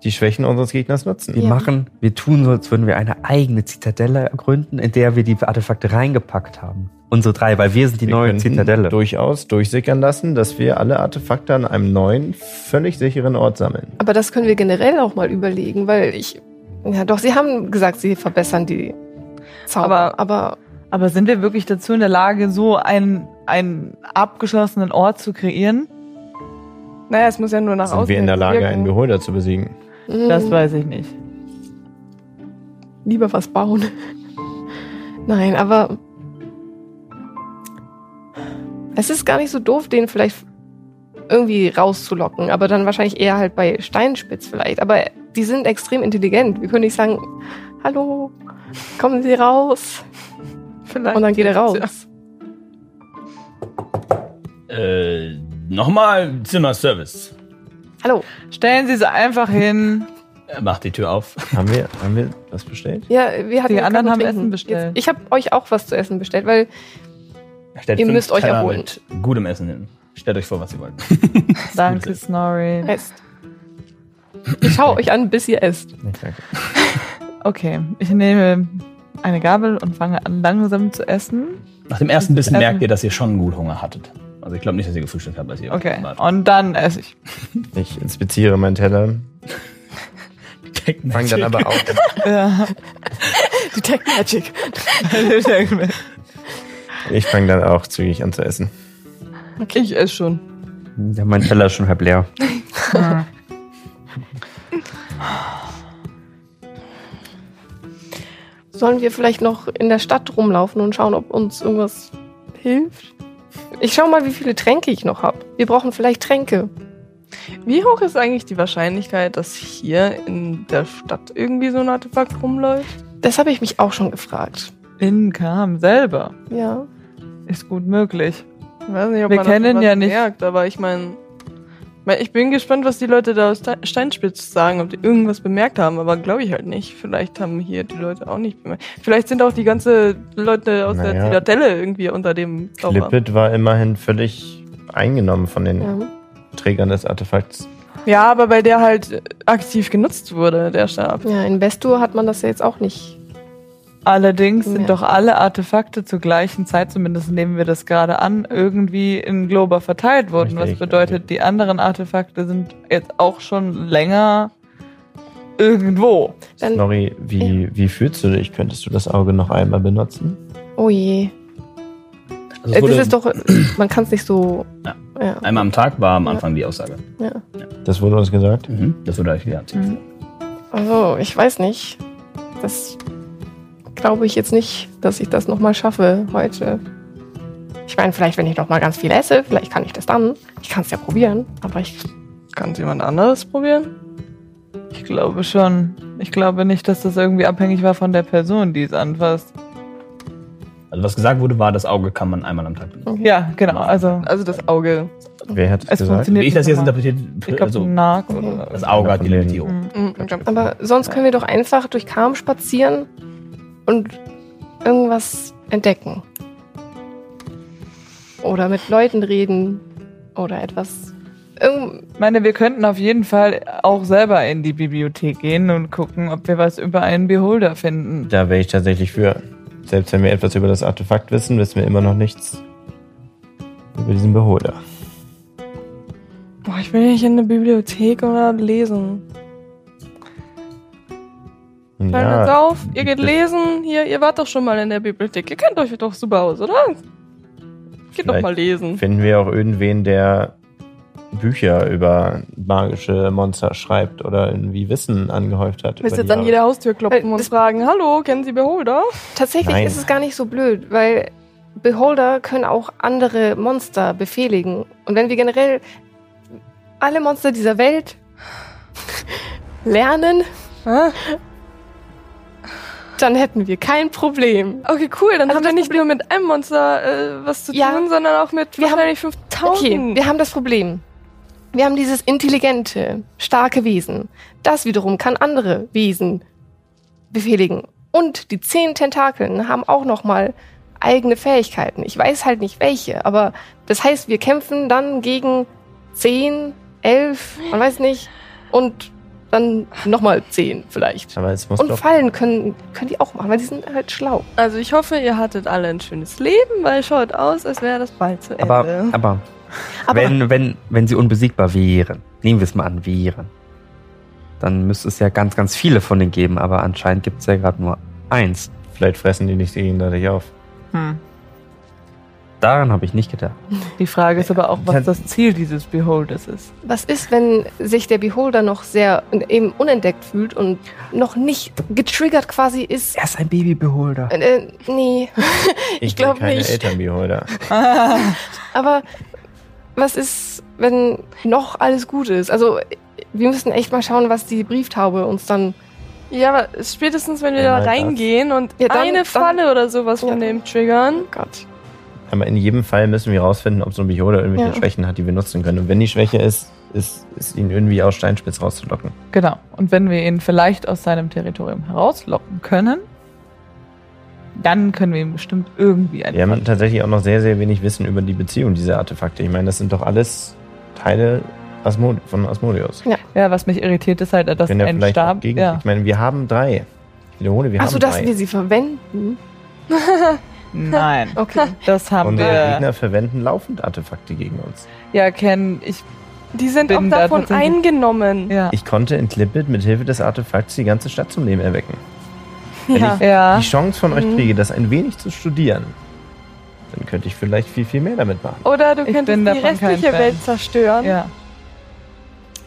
S5: die Schwächen unseres Gegners nutzen.
S6: Wir
S1: Ja.
S6: machen, wir tun so, als würden wir eine eigene Zitadelle gründen, in der wir die Artefakte reingepackt haben. Unsere drei, weil wir sind die
S5: wir
S6: neue
S5: könnten
S6: Zitadelle.
S5: durchaus durchsickern lassen, dass wir alle Artefakte an einem neuen, völlig sicheren Ort sammeln.
S1: Aber das können wir generell auch mal überlegen, weil ich. Ja, doch, sie haben gesagt, sie verbessern die Zauber. Aber,
S7: Aber- Aber sind wir wirklich dazu in der Lage, so einen, einen abgeschlossenen Ort zu kreieren?
S2: Naja, es muss ja nur nach
S5: Sind
S2: außen.
S5: wir in der
S2: hin
S5: Lage,
S2: wirken.
S5: einen Beholder zu besiegen?
S1: mh,
S2: Mhm.
S7: Das weiß ich nicht.
S1: lieber was bauen. Nein, aber. Es ist gar nicht so doof, den vielleicht irgendwie rauszulocken, aber dann wahrscheinlich eher halt bei Steinspitz vielleicht. Aber die sind extrem intelligent. Wir können nicht sagen, hallo, kommen Sie raus.
S2: Vielleicht.
S1: Und dann geht er raus.
S3: Äh, nochmal Zimmerservice.
S1: Hallo.
S7: Stellen Sie sie einfach hin.
S3: Äh, Macht die Tür auf.
S5: Haben wir, haben wir was bestellt?
S1: Ja, wir hatten
S7: Die
S1: jetzt
S7: anderen
S1: gerade
S7: haben
S1: Trinken.
S7: Essen bestellt.
S1: Jetzt, ich habe euch auch was zu essen bestellt, weil
S3: Stellt
S1: Ihr
S3: fünf
S1: müsst euch
S3: Teller
S1: erholen.
S3: Mit gutem Essen hin. Stellt euch vor, was ihr wollt.
S7: Danke, Snorri.
S1: esst. Ich schaue euch an, bis ihr esst.
S5: Nee, danke.
S7: Okay, ich nehme eine Gabel und fange an, langsam zu essen.
S3: Nach dem ersten Bissen
S1: Ähm.
S7: Essen.
S3: merkt ihr, dass ihr schon gut Hunger hattet. Also ich glaube nicht, dass ihr gefrühstückt habt, als ihr
S7: Okay,
S1: Oh.
S3: wart.
S7: und dann esse ich.
S5: Ich inspiziere meinen Teller. Fang dann aber auch.
S7: Ja.
S1: Detect Magic.
S5: Ich fange dann auch zügig an zu essen.
S2: Ich esse schon.
S6: Ja, mein Teller ist schon halb leer.
S1: Sollen wir vielleicht noch in der Stadt rumlaufen und schauen, ob uns irgendwas hilft? Ich schau mal, wie viele Tränke ich noch habe. Wir brauchen vielleicht Tränke.
S2: Wie hoch ist eigentlich die Wahrscheinlichkeit, dass hier in der Stadt irgendwie so ein Artefakt rumläuft?
S1: Das habe ich mich auch schon gefragt.
S7: In Kam selber.
S1: Ja.
S7: Ist gut möglich.
S2: Ich weiß nicht, ob
S7: Wir
S2: man davon
S7: kennen
S2: was
S7: ja nicht-
S2: merkt, aber ich meine, ich mein, ich bin gespannt, was die Leute da aus Ste- Steinspitz sagen, ob die irgendwas bemerkt haben, aber glaube ich halt nicht. Vielleicht haben hier die Leute auch nicht bemerkt. Vielleicht sind auch die ganze Leute aus der
S5: Naja.
S2: Zitadelle irgendwie unter dem Zauber.
S5: Lippet war immerhin völlig eingenommen von den
S1: ja.
S5: Trägern des Artefakts.
S2: Ja, aber weil der halt aktiv genutzt wurde, der Stab.
S1: Ja, in Bestur hat man das ja jetzt auch nicht.
S7: Allerdings sind
S1: Ja.
S7: doch alle Artefakte zur gleichen Zeit, zumindest nehmen wir das gerade an, irgendwie in Globa verteilt worden.
S5: Richtig,
S7: was bedeutet, die anderen Artefakte sind jetzt auch schon länger irgendwo.
S1: Dann,
S5: Nori, wie, wie fühlst du dich? Könntest du das Auge noch einmal benutzen?
S1: oh je.
S3: Also es
S1: Äh, Das
S3: wurde
S1: ist doch, man kann es nicht so.
S3: Ja.
S1: Ja. Mhm.
S3: einmal am Tag war am Anfang die Aussage.
S1: ja.
S5: Das wurde uns gesagt.
S3: Das wurde euch wieder
S7: Mhm.
S1: Also, ich weiß nicht. Das glaube ich jetzt nicht, dass ich das nochmal schaffe heute. Ich meine, vielleicht, wenn ich nochmal ganz viel esse, vielleicht kann ich das dann. Ich kann es ja probieren, aber ich.
S2: Kann jemand anderes probieren?
S7: Ich glaube schon. Ich glaube nicht, dass das irgendwie abhängig war von der Person, die es anfasst.
S3: Also was gesagt wurde, war, das Auge kann man einmal am Tag benutzen.
S7: Ja, genau. Also
S2: Also das Auge.
S5: Wer hat
S7: es
S5: es gesagt?
S7: funktioniert.
S3: Wie ich das jetzt
S7: nicht nochmal.
S3: interpretiert,
S7: Ich glaube,
S3: also
S7: Nark
S1: Mhm.
S7: oder.
S3: das Auge hat die
S5: Einer von
S3: Limitierung.
S7: Mhm.
S2: Mhm,
S1: Aber sonst können wir doch einfach durch Karm spazieren und irgendwas entdecken. Oder mit Leuten reden. Oder etwas. Irgend
S7: Ich meine, wir könnten auf jeden Fall auch selber in die Bibliothek gehen und gucken, ob wir was über einen Beholder finden.
S5: Da wäre ich tatsächlich für. Selbst wenn wir etwas über das Artefakt wissen, wissen wir immer noch nichts über diesen Beholder.
S2: Boah, ich will nicht in eine Bibliothek oder lesen. Schreibt uns
S5: Ja,
S2: auf, ihr geht lesen. Hier, ihr wart doch schon mal in der Bibliothek. Ihr kennt euch doch super aus, oder? Geht doch
S5: Vielleicht.
S2: mal lesen.
S5: finden wir auch irgendwen, der Bücher über magische Monster schreibt oder irgendwie Wissen angehäuft hat.
S2: Willst
S5: über
S2: jetzt
S5: die
S2: an jeder Haustür klopfen
S1: Weil
S2: und
S1: das-
S2: fragen, hallo, kennen Sie Beholder?
S1: Tatsächlich
S5: Nein.
S1: ist es gar nicht so blöd, weil Beholder können auch andere Monster befehligen. Und wenn wir generell alle Monster dieser Welt lernen,
S2: Hä?
S1: dann hätten wir kein Problem.
S2: Okay, cool, dann
S1: Also
S2: haben wir
S1: das
S2: nicht nur mit einem Monster äh, was zu
S1: Ja.
S2: tun, sondern auch mit
S1: Wir haben-
S2: wahrscheinlich
S1: Okay,
S2: 5000.
S1: wir haben das Problem. Wir haben dieses intelligente, starke Wesen. Das wiederum kann andere Wesen befehligen. Und die zehn Tentakeln haben auch nochmal eigene Fähigkeiten. Ich weiß halt nicht welche, aber das heißt, wir kämpfen dann gegen zehn, elf, man weiß nicht, und dann nochmal zehn vielleicht.
S5: Aber es muss
S1: Und
S5: doch
S1: fallen können, können die auch machen, weil die sind halt schlau.
S2: Also ich hoffe, ihr hattet alle ein schönes Leben, weil schaut aus, als wäre das bald zu Ende.
S6: Aber, aber,
S1: Äh. Aber-
S6: wenn, wenn, wenn sie unbesiegbar wären, nehmen wir es mal an, wären, dann müsste es ja ganz, ganz viele von denen geben, aber anscheinend gibt es ja gerade nur eins.
S2: Hm.
S5: Vielleicht fressen die nicht gegenseitig auf.
S7: Hm.
S6: Daran habe ich nicht gedacht.
S7: Die Frage ist aber auch, was das Ziel dieses Beholders ist.
S1: Was ist, wenn sich der Beholder noch sehr eben unentdeckt fühlt und noch nicht getriggert quasi ist?
S6: Er ist ein Babybeholder.
S1: Äh, Äh, nee,
S5: Ich,
S1: glaub
S5: bin keine
S1: nicht.
S5: Elternbeholder.
S1: aber was ist, wenn noch alles gut ist? Also wir müssen echt mal schauen, was die Brieftaube uns dann...
S2: Ja, aber spätestens, wenn wir
S5: Ja,
S2: da
S5: das-
S2: reingehen und
S1: Ja, dann-
S2: eine
S1: dann-
S2: Falle oder sowas
S1: Ja.
S2: von dem triggern.
S1: Gott.
S5: Aber in jedem Fall müssen wir herausfinden, ob so ein Beholder irgendwelche
S1: Ja.
S5: Schwächen hat, die wir nutzen können. Und wenn die Schwäche ist, ist, ist ihn irgendwie aus Steinspitz rauszulocken.
S7: Genau. Und wenn wir ihn vielleicht aus seinem Territorium herauslocken können, dann können wir ihm bestimmt irgendwie ein.
S5: Wir haben tatsächlich auch noch sehr, sehr wenig Wissen über die Beziehung dieser Artefakte. Ich meine, das sind doch alles Teile Asmo von Asmodeus.
S7: Ja, was mich irritiert, ist halt, dass
S5: Wenn er
S7: ein
S5: vielleicht auch
S7: Stab.
S5: gegen.
S7: Ja.
S5: Ich meine, wir haben drei. Ich wiederhole, wir
S1: Achso,
S5: haben
S1: dass
S5: drei.
S1: wir sie verwenden?
S7: Nein,
S1: Okay.
S7: das haben
S5: Unsere
S7: wir.
S5: Gegner verwenden laufend Artefakte gegen uns.
S7: Ja, Ken, ich.
S2: Die sind
S7: Bin
S2: auch
S7: da
S2: davon
S7: tatsächlich-
S2: eingenommen.
S7: Ja.
S5: Ich konnte in Clipit mit Hilfe des Artefakts die ganze Stadt zum Leben erwecken. Wenn
S2: Ja.
S5: ich
S7: ja.
S5: die Chance von euch kriege, das ein wenig zu studieren, dann könnte ich vielleicht viel, viel mehr damit machen.
S2: Oder du
S7: Ich
S2: könntest
S7: bin
S2: die
S7: davon kein
S2: restliche
S7: Fan.
S2: Welt zerstören.
S7: Ja,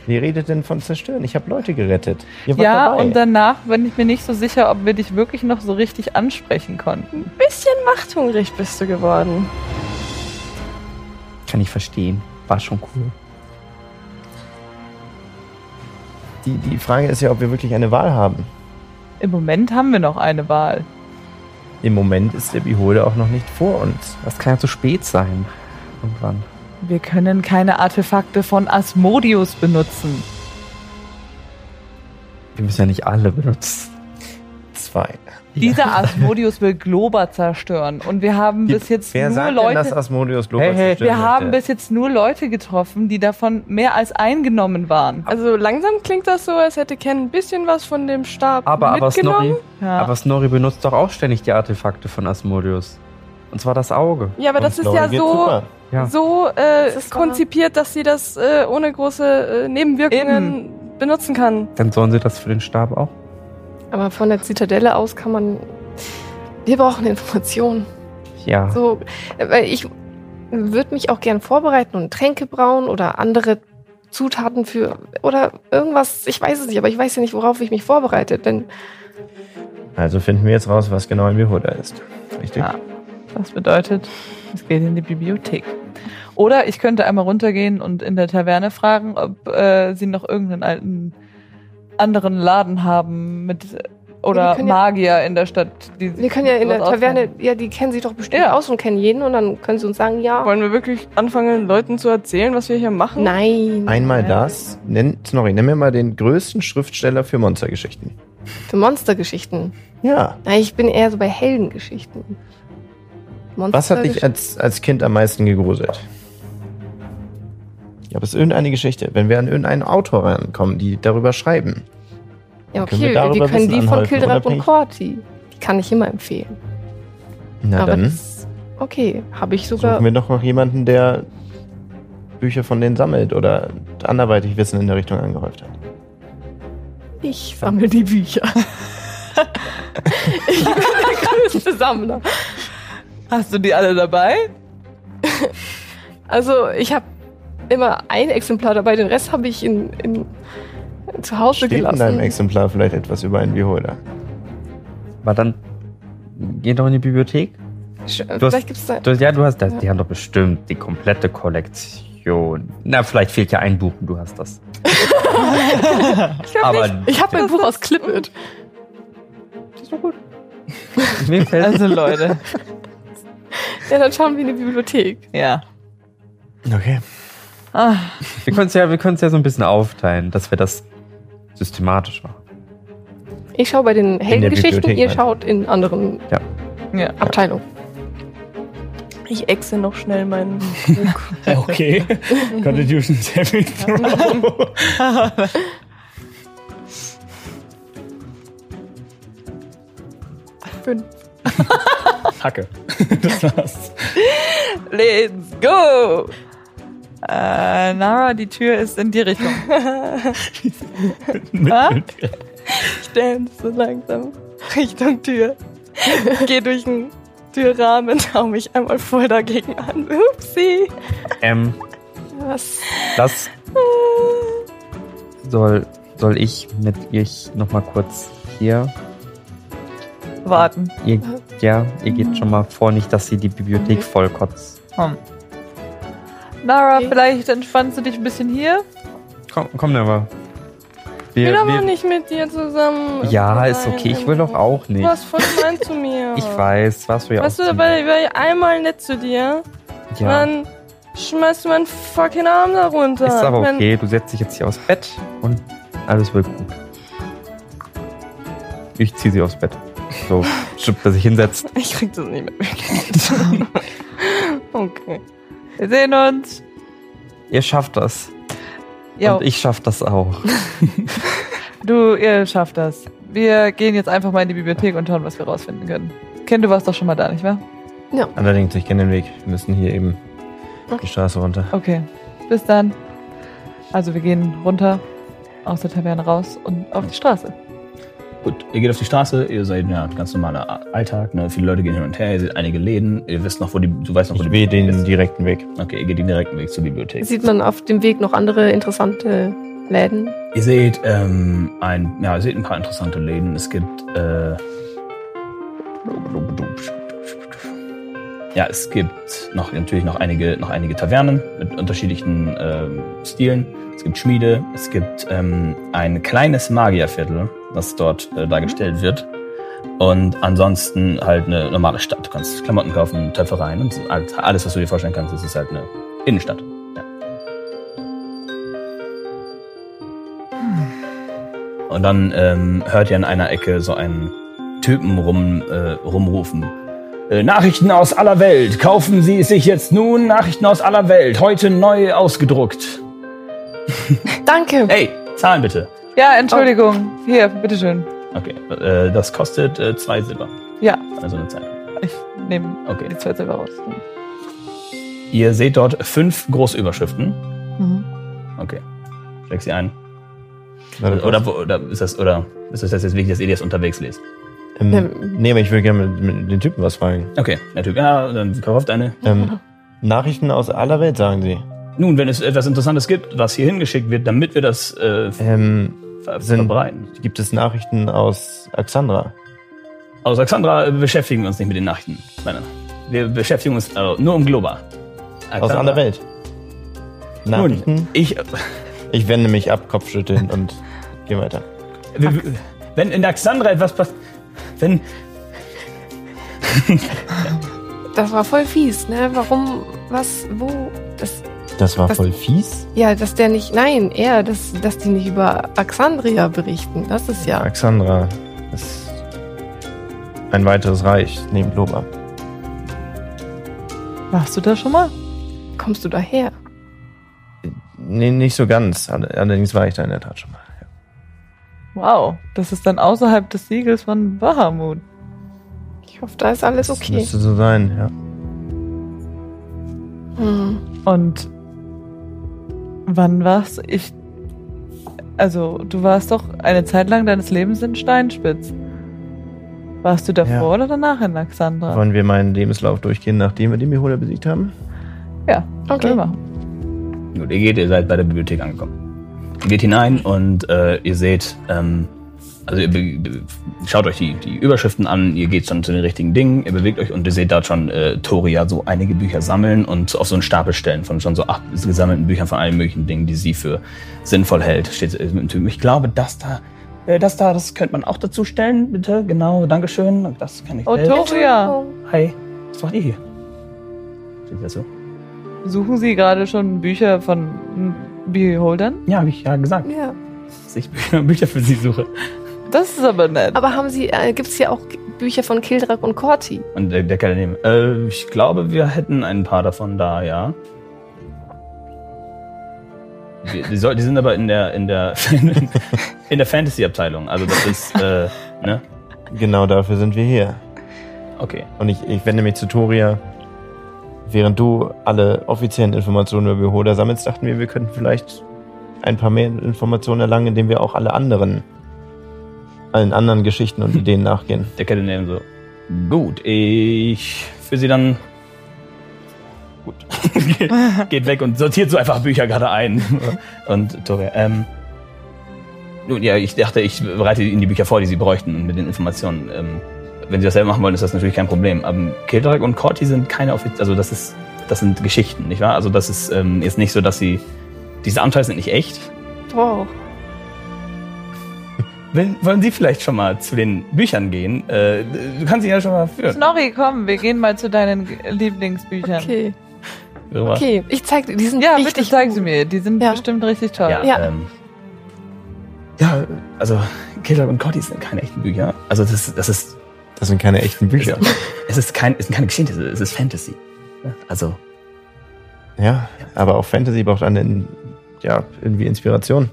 S5: Wie redet denn von zerstören? Ich habe Leute gerettet. Ihr wart
S7: ja
S5: dabei.
S7: und danach bin ich mir nicht so sicher, ob wir dich wirklich noch so richtig ansprechen konnten.
S2: Ein bisschen machthungrig bist du geworden.
S6: Kann ich verstehen. War schon cool.
S5: die, die Frage ist ja, ob wir wirklich eine Wahl haben.
S7: Im Moment haben wir noch eine Wahl.
S5: Im Moment ist der Beholder auch noch nicht vor uns.
S6: Das kann ja zu spät sein. Irgendwann.
S7: Wir können keine Artefakte von Asmodius benutzen.
S6: Wir müssen ja nicht alle benutzen.
S5: Zwei.
S7: Dieser Asmodius will Globa zerstören und wir haben bis jetzt
S5: Wer
S7: nur
S5: sagt denn, dass
S7: Leute.
S5: Asmodeus Global
S6: Hey, hey,
S5: zerstören
S7: Wir haben
S5: möchte?
S7: bis jetzt nur Leute getroffen, die davon mehr als eingenommen waren.
S2: Also langsam klingt das so, als hätte Ken ein bisschen was von dem Stab
S6: Aber, aber
S2: mitgenommen.
S6: Snorri,
S7: Ja.
S6: aber Snorri benutzt doch auch ständig die Artefakte von Asmodeus. Und zwar das Auge.
S2: ja, aber das
S5: Und
S2: ist ja
S5: Lauren wird
S2: so,
S5: super.
S6: Ja.
S2: so äh,
S1: Das ist wahr.
S2: konzipiert, dass sie das äh, ohne große äh, Nebenwirkungen benutzen kann.
S6: Dann sollen sie das für den Stab auch.
S1: Aber von der Zitadelle aus kann man... Wir brauchen Informationen.
S6: Ja.
S1: So, äh, weil ich würde mich auch gern vorbereiten und Tränke brauen oder andere Zutaten für oder irgendwas. Ich weiß es nicht, aber ich weiß ja nicht, worauf ich mich vorbereite. Denn
S5: Also finden wir jetzt raus, was genau ein Beholder ist. Richtig?
S7: Ja. Was bedeutet, es geht in die Bibliothek. Oder ich könnte einmal runtergehen und in der Taverne fragen, ob äh, sie noch irgendeinen alten anderen Laden haben mit äh,
S1: Ja, wir
S7: oder
S1: können ja-
S7: Magier in der Stadt. Die sich
S1: wir können ja in der
S7: sowas
S1: Taverne,
S7: auskennen.
S1: ja, die kennen sich doch bestimmt
S7: Ja.
S1: aus und kennen jeden und dann können sie uns sagen, ja,
S2: Wollen wir wirklich anfangen, Leuten zu erzählen, was wir hier machen?
S1: nein.
S5: Einmal das. Nenn, Snorri, nenn mir mal den größten Schriftsteller für Monstergeschichten.
S1: Für Monstergeschichten.
S5: Ja.
S1: Nein, ich bin eher so bei Heldengeschichten. Monster
S5: Was hat dich als, als Kind am meisten gegruselt? Gab es irgendeine Geschichte? Wenn wir an irgendeinen Autor rankommen, die darüber schreiben.
S1: Ja,
S5: äh, können
S1: okay,
S5: wir darüber
S1: wir können
S5: Wissen
S1: die von
S5: anhäufen,
S1: Kildrap und
S5: unabhängig?
S1: Korti. Die kann ich immer empfehlen.
S5: Na
S1: aber
S5: dann
S1: das, okay, habe ich sogar.
S5: suchen wir doch noch jemanden, der Bücher von denen sammelt oder anderweitig Wissen in der Richtung angehäuft hat.
S1: Ich sammle die Bücher. ich bin der größte Sammler.
S7: Hast du die alle dabei?
S1: Also ich habe immer ein Exemplar dabei, den Rest habe ich in, in, zu Hause
S5: Steht in deinem
S1: gelassen.
S5: Exemplar vielleicht etwas über einen Beholder?
S6: Aber dann geh doch in die Bibliothek.
S1: Sch-
S6: Du hast-
S1: Vielleicht gibt's da.
S6: Du, ja, du hast das.
S1: Ja.
S6: Die haben doch bestimmt die komplette Kollektion. Na, vielleicht fehlt ja ein Buch und du hast das.
S2: Ich glaub
S6: Aber
S2: nicht.
S1: Ich habe ein Buch aus Clipit.
S6: mir fällt
S7: Also Leute,
S1: Ja, dann schauen wir in die Bibliothek.
S7: ja.
S5: Okay.
S7: Ah,
S6: Wir können es ja, wir können's ja so ein bisschen aufteilen, dass wir das systematisch machen.
S1: Ich schaue bei den Heldengeschichten,
S5: Bibliothek,
S1: ihr
S5: meinst
S1: schaut in anderen
S7: ja.
S1: Abteilungen.
S2: Ich exe noch schnell meinen.
S4: Äh, Okay. Constitution Saving Throw.
S1: Fünf.
S4: Hacke. Das war's.
S7: Let's go! Äh, Nara, die Tür ist in die Richtung.
S4: Mit,
S7: Ah?
S4: mit.
S2: Ich dance so langsam Richtung Tür. Geh durch den Türrahmen hau mich einmal voll dagegen an. Upsi.
S6: Ähm,
S2: Was?
S6: das soll, soll ich mit ihr nochmal kurz hier.
S7: Warten.
S6: Ihr, ja, ihr geht schon mal vor, nicht, dass sie die
S2: Mhm.
S6: Bibliothek vollkotzt.
S7: Komm. Nara,
S2: Okay.
S7: vielleicht entspannst du dich ein bisschen hier.
S6: Komm, komm, Never.
S2: Ich
S6: Wir,
S2: will aber
S6: wir,
S2: nicht mit dir zusammen.
S6: ja, ist
S2: Nein,
S6: okay. Ich will doch auch
S2: Du
S6: nicht.
S2: warst voll gemein zu mir.
S6: Ich weiß, warst du ja
S2: Oh. Weißt
S6: auch.
S2: du,
S6: zu-
S2: dabei war ich einmal nett zu dir.
S6: ja,
S2: Dann schmeißt du meinen fucking Arm da runter.
S6: ist aber
S2: Ich mein,
S6: okay. Du setzt dich jetzt hier aufs Bett und alles wird gut. Ich zieh sie aufs Bett. So, stimmt, dass ich hinsetzt.
S2: Ich krieg das nicht mit. okay.
S7: Wir sehen uns.
S6: Ihr schafft das.
S7: Ja,
S6: Und ich schaff das auch.
S7: du, ihr schafft das. Wir gehen jetzt einfach mal in die Bibliothek und schauen, was wir rausfinden können. Ken, du warst doch schon mal da, nicht wahr?
S5: Allerdings, ich kenne den Weg. Wir müssen hier eben
S2: Okay.
S5: die Straße runter.
S7: Okay, bis dann. Also wir gehen runter aus der Taverne raus und auf die Straße.
S3: Gut, ihr geht auf die Straße, ihr seid ja ganz normaler A- Alltag, ne? Viele Leute gehen hin und her, ihr seht einige Läden, ihr wisst noch, wo die. Du weißt noch, wo
S5: Ich
S3: die
S5: will den
S3: Bibliothek
S5: direkten Weg.
S3: ist. Okay, ihr geht den direkten Weg zur Bibliothek.
S1: Sieht man auf dem Weg noch andere interessante Läden?
S3: Ihr seht, ähm, ein, ja, ihr seht ein paar interessante Läden. Es gibt, äh, ja, es gibt noch, natürlich noch einige, noch einige Tavernen mit unterschiedlichen ähm, Stilen. Es gibt Schmiede, es gibt ähm, ein kleines Magierviertel, das dort äh, dargestellt wird. Und ansonsten halt eine normale Stadt. Du kannst Klamotten kaufen, Töpfereien und alles- alles, was du dir vorstellen kannst. Es ist halt eine Innenstadt. Und dann ähm, hört ihr an einer Ecke so einen Typen rum, äh, rumrufen. Äh, Nachrichten aus aller Welt. Kaufen Sie es sich jetzt nun. Nachrichten aus aller Welt. Heute neu ausgedruckt.
S1: Danke.
S3: Hey, zahlen bitte.
S7: Ja, Entschuldigung. Hier, bitteschön.
S3: Okay, äh, das kostet äh, zwei Silber.
S7: Ja,
S3: Also eine Zeit.
S7: ich nehme
S3: Okay.
S7: die zwei selber raus.
S3: Ihr seht dort fünf Großüberschriften.
S7: Mhm.
S3: Okay. Steck sie ein.
S5: Oder,
S3: Oder, wo- oder ist das, oder ist das jetzt wirklich, dass ihr das unterwegs lest?
S5: ähm, nee, aber ich will gerne mit, mit den Typen was fragen.
S3: Okay, der Typ, ja, dann kauft eine.
S5: Ähm, Nachrichten aus aller Welt, sagen sie.
S3: Nun, wenn es etwas Interessantes gibt, was hier hingeschickt wird, damit wir das äh,
S5: Ähm,
S3: ver
S5: sind-
S3: verbreiten.
S5: gibt es Nachrichten aus Alexandra?
S3: Aus Alexandra äh, beschäftigen wir uns nicht mit den Nachrichten. Nein, nein. Wir beschäftigen uns also nur um Globa.
S5: Aus
S3: Alexandra.
S5: aller Welt. Nachrichten?
S3: Nun, ich, äh,
S5: Ich wende mich ab, Kopfschütteln und gehe weiter.
S3: wir- wir- wenn in Alexandra etwas passiert, wenn
S1: Das war voll fies, ne? Warum, was, wo? Das,
S5: Das war
S1: Was-
S5: voll fies.
S1: ja, dass der nicht, nein, eher, dass, dass die nicht über Alexandria berichten. Das ist ja.
S5: Alexandra ist ein weiteres Reich neben Globa.
S7: Warst du da schon mal?
S1: Kommst du daher?
S5: Nee, nicht so ganz. All- Allerdings war ich da in der Tat schon mal.
S7: Wow, das ist dann außerhalb des Siegels von Bahamut.
S1: Ich hoffe, da ist alles
S5: Das
S1: okay.
S5: Müsste so sein, ja.
S1: Hm.
S7: Und wann warst du? Ich. Also, du warst doch eine Zeit lang deines Lebens in Steinspitz. Warst du davor
S5: Ja.
S7: oder danach in Alexandra?
S5: Wollen wir meinen Lebenslauf durchgehen, nachdem wir die Mihola besiegt haben?
S7: Können
S1: Okay.
S7: wir machen.
S3: Gut, ihr geht, ihr seid bei der Bibliothek angekommen. Ihr geht hinein und äh, ihr seht, ähm, also ihr be- be- schaut euch die, die Überschriften an, ihr geht schon zu den richtigen Dingen, ihr bewegt euch und ihr seht dort schon äh, Toria so einige Bücher sammeln und auf so einen Stapel stellen von schon so acht gesammelten Büchern von allen möglichen Dingen, die sie für sinnvoll hält. Steht äh, mit dem Typen, ich glaube, das da, äh, das da, das könnte man auch dazu stellen, bitte, genau, Dankeschön, das kann ich
S7: Oh,
S3: selbst.
S7: Toria!
S3: Hi, was macht ihr hier? Steht das so?
S7: Suchen Sie gerade schon Bücher von Beholdern?
S3: Ja, habe ich ja gesagt,
S1: Ja.
S3: dass ich Bücher, Bücher für sie suche.
S7: Das ist aber nett.
S1: Aber haben sie, äh, gibt's hier auch Bücher von Kildrak und Corti?
S3: Und der, der kann nehmen. Äh, ich glaube, wir hätten ein paar davon da, ja. Die, die, soll, die sind aber in der in der in der Fantasy Abteilung. Also das ist äh, ne?
S5: Genau dafür sind wir hier.
S3: Okay.
S5: Und ich, ich wende mich zu Toria. Während du alle offiziellen Informationen über Behoda sammelst, dachten wir, wir könnten vielleicht ein paar mehr Informationen erlangen, indem wir auch alle anderen, allen anderen Geschichten und Ideen nachgehen.
S3: Der kann nehmen so. Gut, ich für sie dann. Gut. Geht weg und sortiert so einfach Bücher gerade ein. und Toria, ähm. Nun ja, ich dachte, ich bereite Ihnen die Bücher vor, die Sie bräuchten und mit den Informationen. Ähm, wenn Sie das selber machen wollen, ist das natürlich kein Problem. Aber Kildrag und Corti sind keine offiziellen, also das ist, das sind Geschichten, nicht wahr? Also das ist ähm, jetzt nicht so, dass sie, diese Abenteuer sind nicht echt.
S2: Wow.
S3: Wenn, wollen Sie vielleicht schon mal zu den Büchern gehen? Äh, du kannst sie ja schon mal führen.
S7: Snorri, komm, wir gehen mal zu deinen G- Lieblingsbüchern.
S1: Okay.
S3: Irgendwas?
S1: Okay, ich zeig dir, die sind
S7: Ja, bitte
S1: richtig
S7: zeig
S1: gut.
S7: sie mir. Die sind
S1: Ja.
S7: bestimmt richtig toll.
S3: Ja,
S1: Ja.
S3: Ähm, ja also Kildrag und Corti sind keine echten Bücher. Also das, das ist,
S5: Das sind keine echten Bücher.
S3: es ist kein, es sind keine Geschichten, es ist Fantasy. Also
S5: ja, aber auch Fantasy braucht eine, ja, irgendwie Inspiration.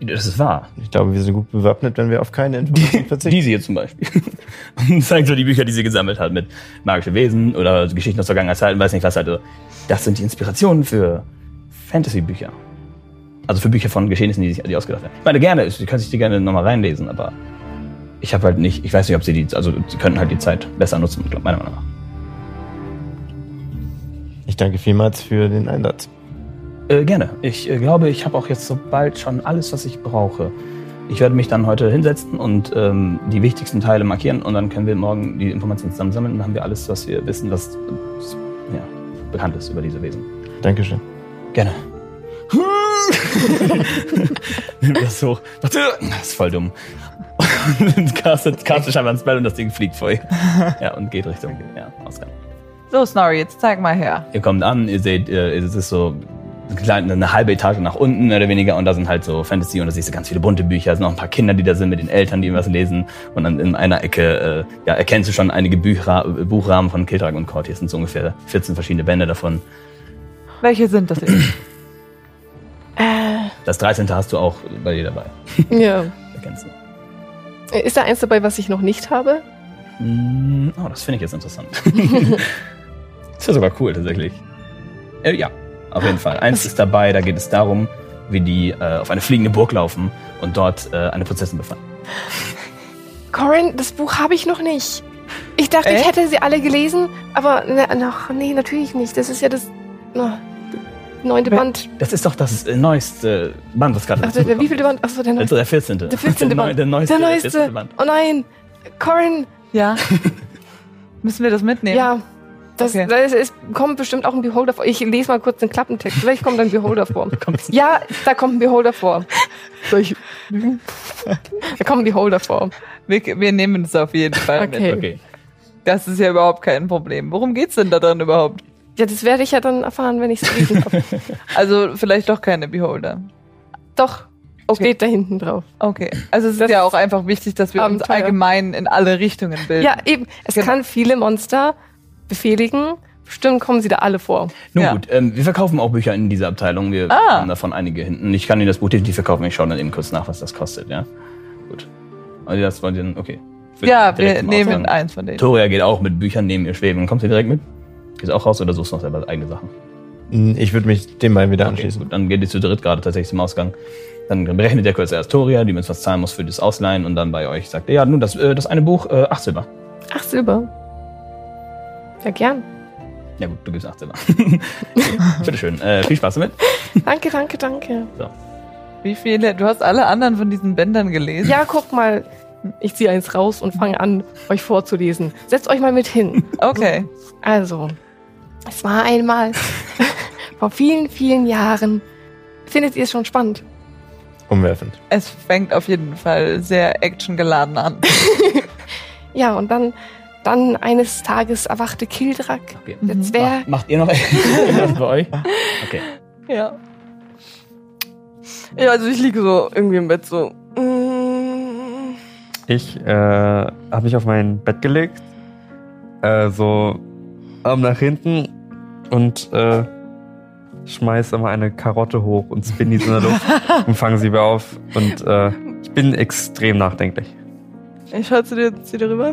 S3: das ist wahr.
S5: Ich glaube, wir sind gut bewappnet, wenn wir auf keine Information verzichten.
S3: Diese hier zum Beispiel. Und zeigt so die Bücher, die sie gesammelt hat mit magische Wesen oder Geschichten aus vergangener Zeit und weiß nicht was. Also, das sind die Inspirationen für Fantasy-Bücher. Also für Bücher von Geschehnissen, die sich die ausgedacht haben. Ich meine, gerne, sie können sich die gerne nochmal reinlesen, aber ich habe halt nicht, ich weiß nicht, ob sie die, also sie könnten halt die Zeit besser nutzen, glaub- meiner Meinung nach.
S5: Ich danke vielmals für den Einsatz.
S3: Äh, gerne. Ich äh, glaube, ich habe auch jetzt sobald schon alles, was ich brauche. Ich werde mich dann heute hinsetzen und ähm, die wichtigsten Teile markieren und dann können wir morgen die Informationen zusammensammeln und dann haben wir alles, was wir wissen, was äh, ja, bekannt ist über diese Wesen.
S5: Dankeschön.
S3: Gerne. Nimm das hoch. Warte, das ist voll dumm. Und castet, castet scheinbar ein Spell und das Ding fliegt vor ihr. Ja, und geht Richtung ja, Ausgang.
S7: So, Snorri, jetzt zeig mal her.
S3: Ihr kommt an, ihr seht, äh, es ist so klein- eine halbe Etage nach unten, mehr oder weniger, und da sind halt so Fantasy und da siehst du ganz viele bunte Bücher, es sind auch ein paar Kinder, die da sind mit den Eltern, die was lesen. Und dann in einer Ecke äh, ja, erkennst du schon einige Büchra äh, Buchrahmen von Kildrag und Corti. Es sind so ungefähr 14 verschiedene Bände davon.
S7: Welche sind das?
S3: Das 13. hast du auch bei dir dabei.
S1: Äh, Ja.
S3: Erkennst du.
S1: Ist da eins dabei, was ich noch nicht habe?
S3: Mm, Oh, das finde ich jetzt interessant. ist ja sogar cool, tatsächlich. Äh, ja, auf jeden Fall. Eins ist dabei, da geht es darum, wie die äh, auf eine fliegende Burg laufen und dort äh, eine Prinzessin befallen.
S1: Corin, das Buch habe ich noch nicht. Ich dachte, ich
S7: Äh?
S1: hätte sie alle gelesen, aber na, noch, nee, natürlich nicht. Das ist ja das na, neunte
S3: Wer-
S1: Band.
S3: Das ist doch das äh, neueste Band, was gerade
S1: Ach, der, der, wie viele Band? Achso, der
S3: Also
S1: neunte.
S3: der 14. Der
S1: 14.
S3: neu-
S1: Band.
S3: Der neueste.
S1: Der neueste.
S3: 14. Band.
S1: Oh nein, Corin,
S7: Ja. Müssen wir das mitnehmen?
S1: ja. Das,
S7: Okay.
S1: das ist, kommt bestimmt auch ein Beholder vor. Ich lese mal kurz den Klappentext. Vielleicht kommt ein Beholder vor. ja, da kommt ein Beholder vor. Soll ich lügen? da kommt ein Beholder vor.
S7: Wir, wir nehmen es auf jeden Fall
S1: Okay.
S7: mit.
S3: Okay.
S7: Das ist ja überhaupt kein Problem. Worum geht's denn da drin überhaupt?
S1: Ja, das werde ich ja dann erfahren, wenn ich es lesen habe.
S7: Also vielleicht doch keine Beholder.
S1: Doch, steht da hinten drauf.
S7: Okay. Also es ist
S1: Das
S7: ja auch einfach wichtig, dass wir uns
S1: Abenteuer.
S7: allgemein in alle Richtungen bilden.
S1: Ja, eben. Es
S7: Genau.
S1: kann viele Monster befehligen. Bestimmt kommen sie da alle vor.
S3: Nun
S7: Ja.
S3: gut, ähm, wir verkaufen auch Bücher in dieser Abteilung. Wir
S7: Ah.
S3: haben davon einige hinten. Ich kann Ihnen das Buch definitiv verkaufen. Ich schaue dann eben kurz nach, was das kostet. Ja, gut. Also das wollt ihr dann, okay. Ich will
S7: Ja,
S3: direkt
S7: wir
S3: zum
S7: nehmen
S3: Ausgang.
S7: eins von denen.
S3: Toria geht auch mit Büchern neben ihr schweben. Kommt ihr direkt mit? Geht auch raus oder suchst noch selber eigene Sachen?
S5: Hm, Ich würde mich dem mal wieder
S3: Okay,
S5: anschließen.
S3: gut, dann geht ihr zu dritt gerade tatsächlich zum Ausgang. Dann berechnet ihr kurz erst Toria, die mir jetzt was zahlen muss für das Ausleihen und dann bei euch sagt ihr, ja, nun, das, äh, das eine Buch, äh, acht Silber.
S1: Ach, Silber. Ja, gern.
S3: Ja gut, du gibst acht Silber. Bitteschön, äh, viel Spaß damit.
S1: Danke, danke, danke.
S7: Wie viele? Du hast alle anderen von diesen Bändern gelesen.
S1: Ja, guck mal. Ich ziehe eins raus und fange an, euch vorzulesen. Setzt euch mal mit hin.
S7: Okay.
S1: Also, es war einmal vor vielen, vielen Jahren. Findet ihr es schon spannend?
S5: Umwerfend.
S7: Es fängt auf jeden Fall sehr actiongeladen an.
S1: Ja, und dann, dann eines Tages erwachte Kildrak,
S3: Okay.
S1: der
S7: Mhm.
S1: Zwerg,
S3: Mach- Macht ihr noch was bei euch? Okay.
S7: Ja.
S2: Ja, also ich liege so irgendwie im Bett so. mm.
S6: Ich äh, habe mich auf mein Bett gelegt, äh, so Arm nach hinten und äh, schmeiß immer eine Karotte hoch und spin die so in der Luft und fange sie wieder auf. Und äh, ich bin extrem nachdenklich.
S2: Ich schaue zu dir, zu dir rüber.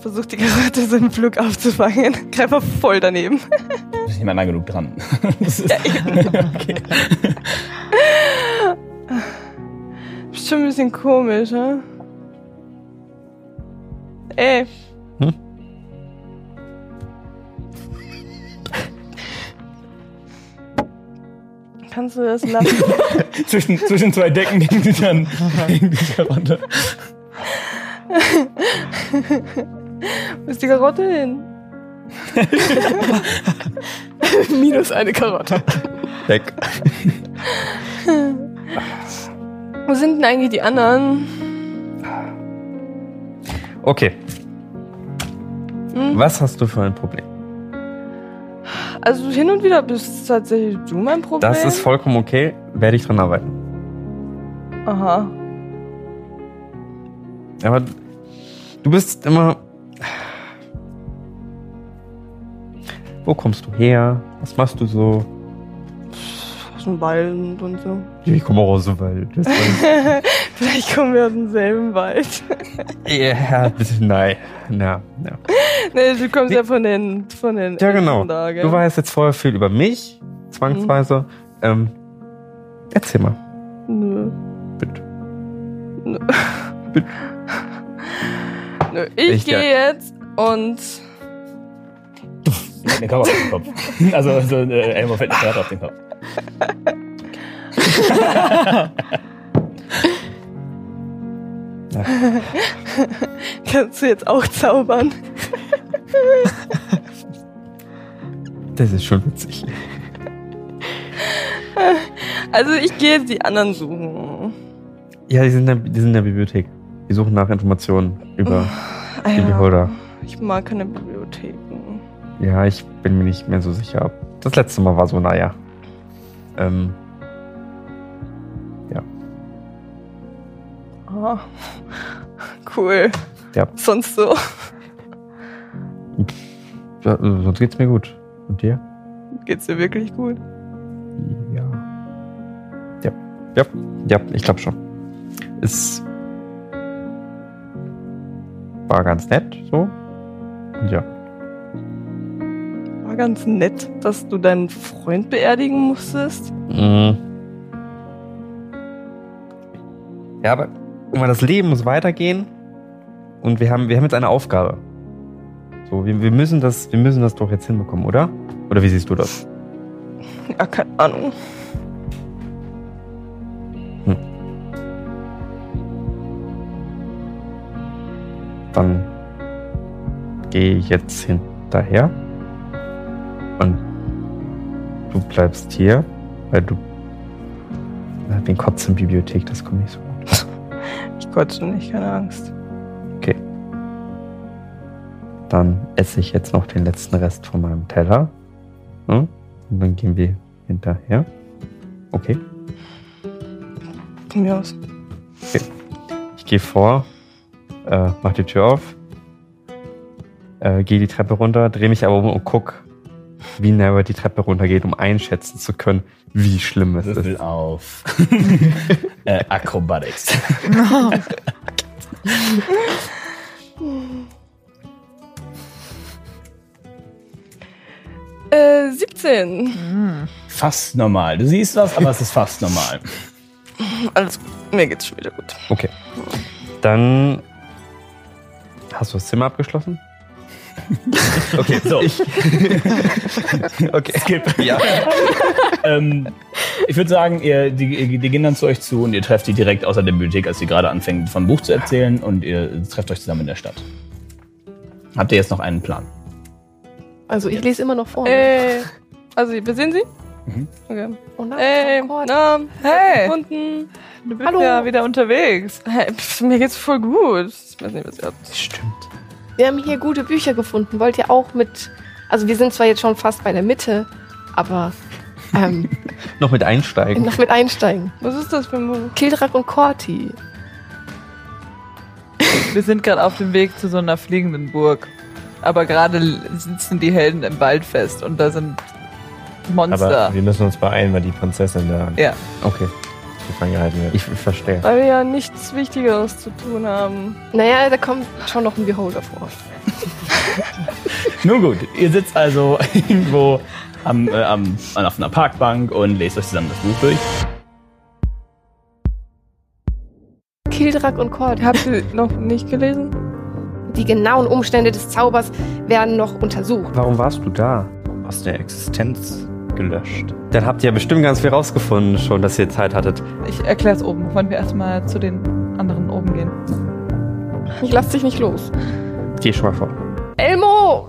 S2: Versuch die Karotte so im Flug aufzufangen. Greifer voll daneben.
S3: Ich bin nicht mehr nah genug dran. Das ist, okay.
S1: ne?
S2: Bestimmt ein bisschen komisch, hä? Ey.
S6: Hm?
S2: Kannst du das lassen?
S3: zwischen, zwischen zwei Decken gegen die dann gegen die Karotte.
S2: Wo ist die Karotte hin?
S1: Minus eine Karotte.
S6: Weg.
S2: Wo sind denn eigentlich die anderen?
S6: Okay.
S2: Hm?
S6: Was hast du für ein Problem?
S2: Also hin und wieder bist tatsächlich du mein Problem.
S6: Das ist vollkommen okay. Werde ich dran arbeiten.
S2: Aha.
S6: Aber du bist immer. Wo kommst du her? Was machst du so?
S2: Aus dem Wald und so.
S6: Ich komme auch aus dem Wald.
S2: Vielleicht kommen wir aus demselben Wald.
S6: Ja, bitte, nein. Ja, ja.
S2: nee, du kommst ja von den, von den
S6: Ja, genau.
S2: Elfen Da, gell?
S6: Du weißt jetzt vorher viel über mich, zwangsweise. Ähm, erzähl mal.
S2: Nö.
S6: Bitte.
S2: Nö. Nö. Ich,
S6: Ich
S2: gehe
S6: geh-
S2: jetzt und
S3: Eine Karotte auf den Kopf. Also, so, äh, Elmo fällt eine Karotte auf den Kopf.
S2: kannst du jetzt auch zaubern.
S6: Das ist schon witzig.
S2: Also ich gehe jetzt die anderen suchen.
S6: Ja, die sind, in der, die sind in der Bibliothek. Die suchen nach Informationen über
S2: Ah
S6: die
S2: ja,
S6: Beholder.
S2: Ich mag keine Bibliotheken.
S6: Ja, ich bin mir nicht mehr so sicher. Das letzte Mal war so, naja. Ähm,
S2: Ah. Cool.
S6: Ja.
S2: Sonst so.
S6: ja, also sonst geht's mir gut. Und dir?
S2: Geht's dir wirklich gut?
S6: Ja. Ja. Ja, ja ich glaube schon. Es war ganz nett, so. Und ja.
S2: War ganz nett, dass du deinen Freund beerdigen musstest.
S6: Mhm. Ja, aber immer das Leben muss weitergehen und wir haben, wir haben jetzt eine Aufgabe. So, wir, wir, müssen das, wir müssen das doch jetzt hinbekommen, oder? Oder wie siehst du das?
S2: Ja, keine Ahnung.
S6: Dann gehe ich jetzt hinterher und du bleibst hier, weil du Na, den Kotz in Bibliothek, das kommt nicht so gut.
S2: Ich kotze nicht, keine Angst.
S6: Dann esse ich jetzt noch den letzten Rest von meinem Teller. Hm? Und dann gehen wir hinterher. Okay,
S2: Von mir aus.
S6: ich gehe vor, äh, mach die Tür auf, äh, gehe die Treppe runter, drehe mich aber um und guck, wie Norbert die Treppe runtergeht, um einschätzen zu können, wie schlimm es
S3: Würfel
S6: ist.
S3: auf. äh, Acrobatics.
S2: Äh, 17.
S3: Fast normal. Du siehst was, aber es ist fast normal.
S2: Alles gut. Mir geht's schon wieder gut.
S6: Dann hast du das Zimmer abgeschlossen?
S3: Okay, so. Ich, okay. Skip. Ja. ähm, ich würde sagen, ihr, die, die gehen dann zu euch zu und ihr trefft die direkt außer der Bibliothek, als sie gerade anfängt, vom Buch zu erzählen und ihr trefft euch zusammen in der Stadt. Habt ihr jetzt noch einen Plan?
S1: Also ich lese immer noch vor.
S2: Äh, also, wir sehen sie? Mhm. Okay.
S1: oh nein,
S2: Ey,
S1: oh Gott.
S2: äh, na,
S7: Hey,
S2: gefunden.
S7: du bist
S1: Hallo.
S7: ja wieder unterwegs.
S2: Hey, pff, mir geht's voll gut. Ich weiß nicht, was ihr habt.
S6: Stimmt.
S1: Wir haben hier gute Bücher gefunden. Wollt ihr auch mit. Also wir sind zwar jetzt schon fast bei der Mitte, aber ähm,
S6: Noch mit einsteigen.
S1: noch mit einsteigen.
S2: Was ist das für ein Buch?
S1: Kildrak und Korti.
S7: Wir sind gerade auf dem Weg zu so einer fliegenden Burg. Aber gerade l- sitzen die Helden im Wald fest und da sind Monster.
S5: Aber wir müssen uns beeilen, weil die Prinzessin da
S7: Ja.
S6: Okay,
S5: gefangen gehalten wird.
S6: ich verstehe.
S2: Weil wir ja nichts Wichtigeres zu tun haben.
S1: Naja, da kommt schon noch ein Beholder vor.
S3: Nun gut, ihr sitzt also irgendwo am, äh, am, auf einer Parkbank und lest euch zusammen das Buch durch.
S1: Kildrak und Korti.
S2: Habt ihr noch nicht gelesen?
S1: Die genauen Umstände des Zaubers werden noch untersucht.
S6: Warum warst du da?
S5: Aus der Existenz gelöscht.
S6: Dann habt ihr bestimmt ganz viel rausgefunden schon, dass ihr Zeit hattet.
S7: Ich erkläre es oben. Wollen wir erstmal zu den anderen oben gehen?
S1: Ich lass dich nicht los.
S6: Geh schon mal vor.
S1: Elmo!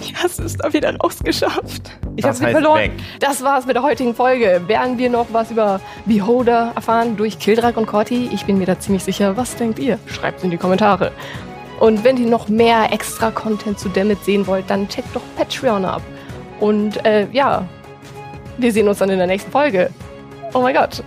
S2: Ich hast es da wieder rausgeschafft.
S7: Ich habe sie verloren.
S1: Das war's mit der heutigen Folge. Werden wir noch was über Beholder erfahren durch Kildrak und Corti? Ich bin mir da ziemlich sicher. Was denkt ihr? Schreibt's in die Kommentare. Und wenn ihr noch mehr extra Content zu Damit sehen wollt, dann checkt doch Patreon ab. Und äh, ja, wir sehen uns dann in der nächsten Folge. Oh mein Gott.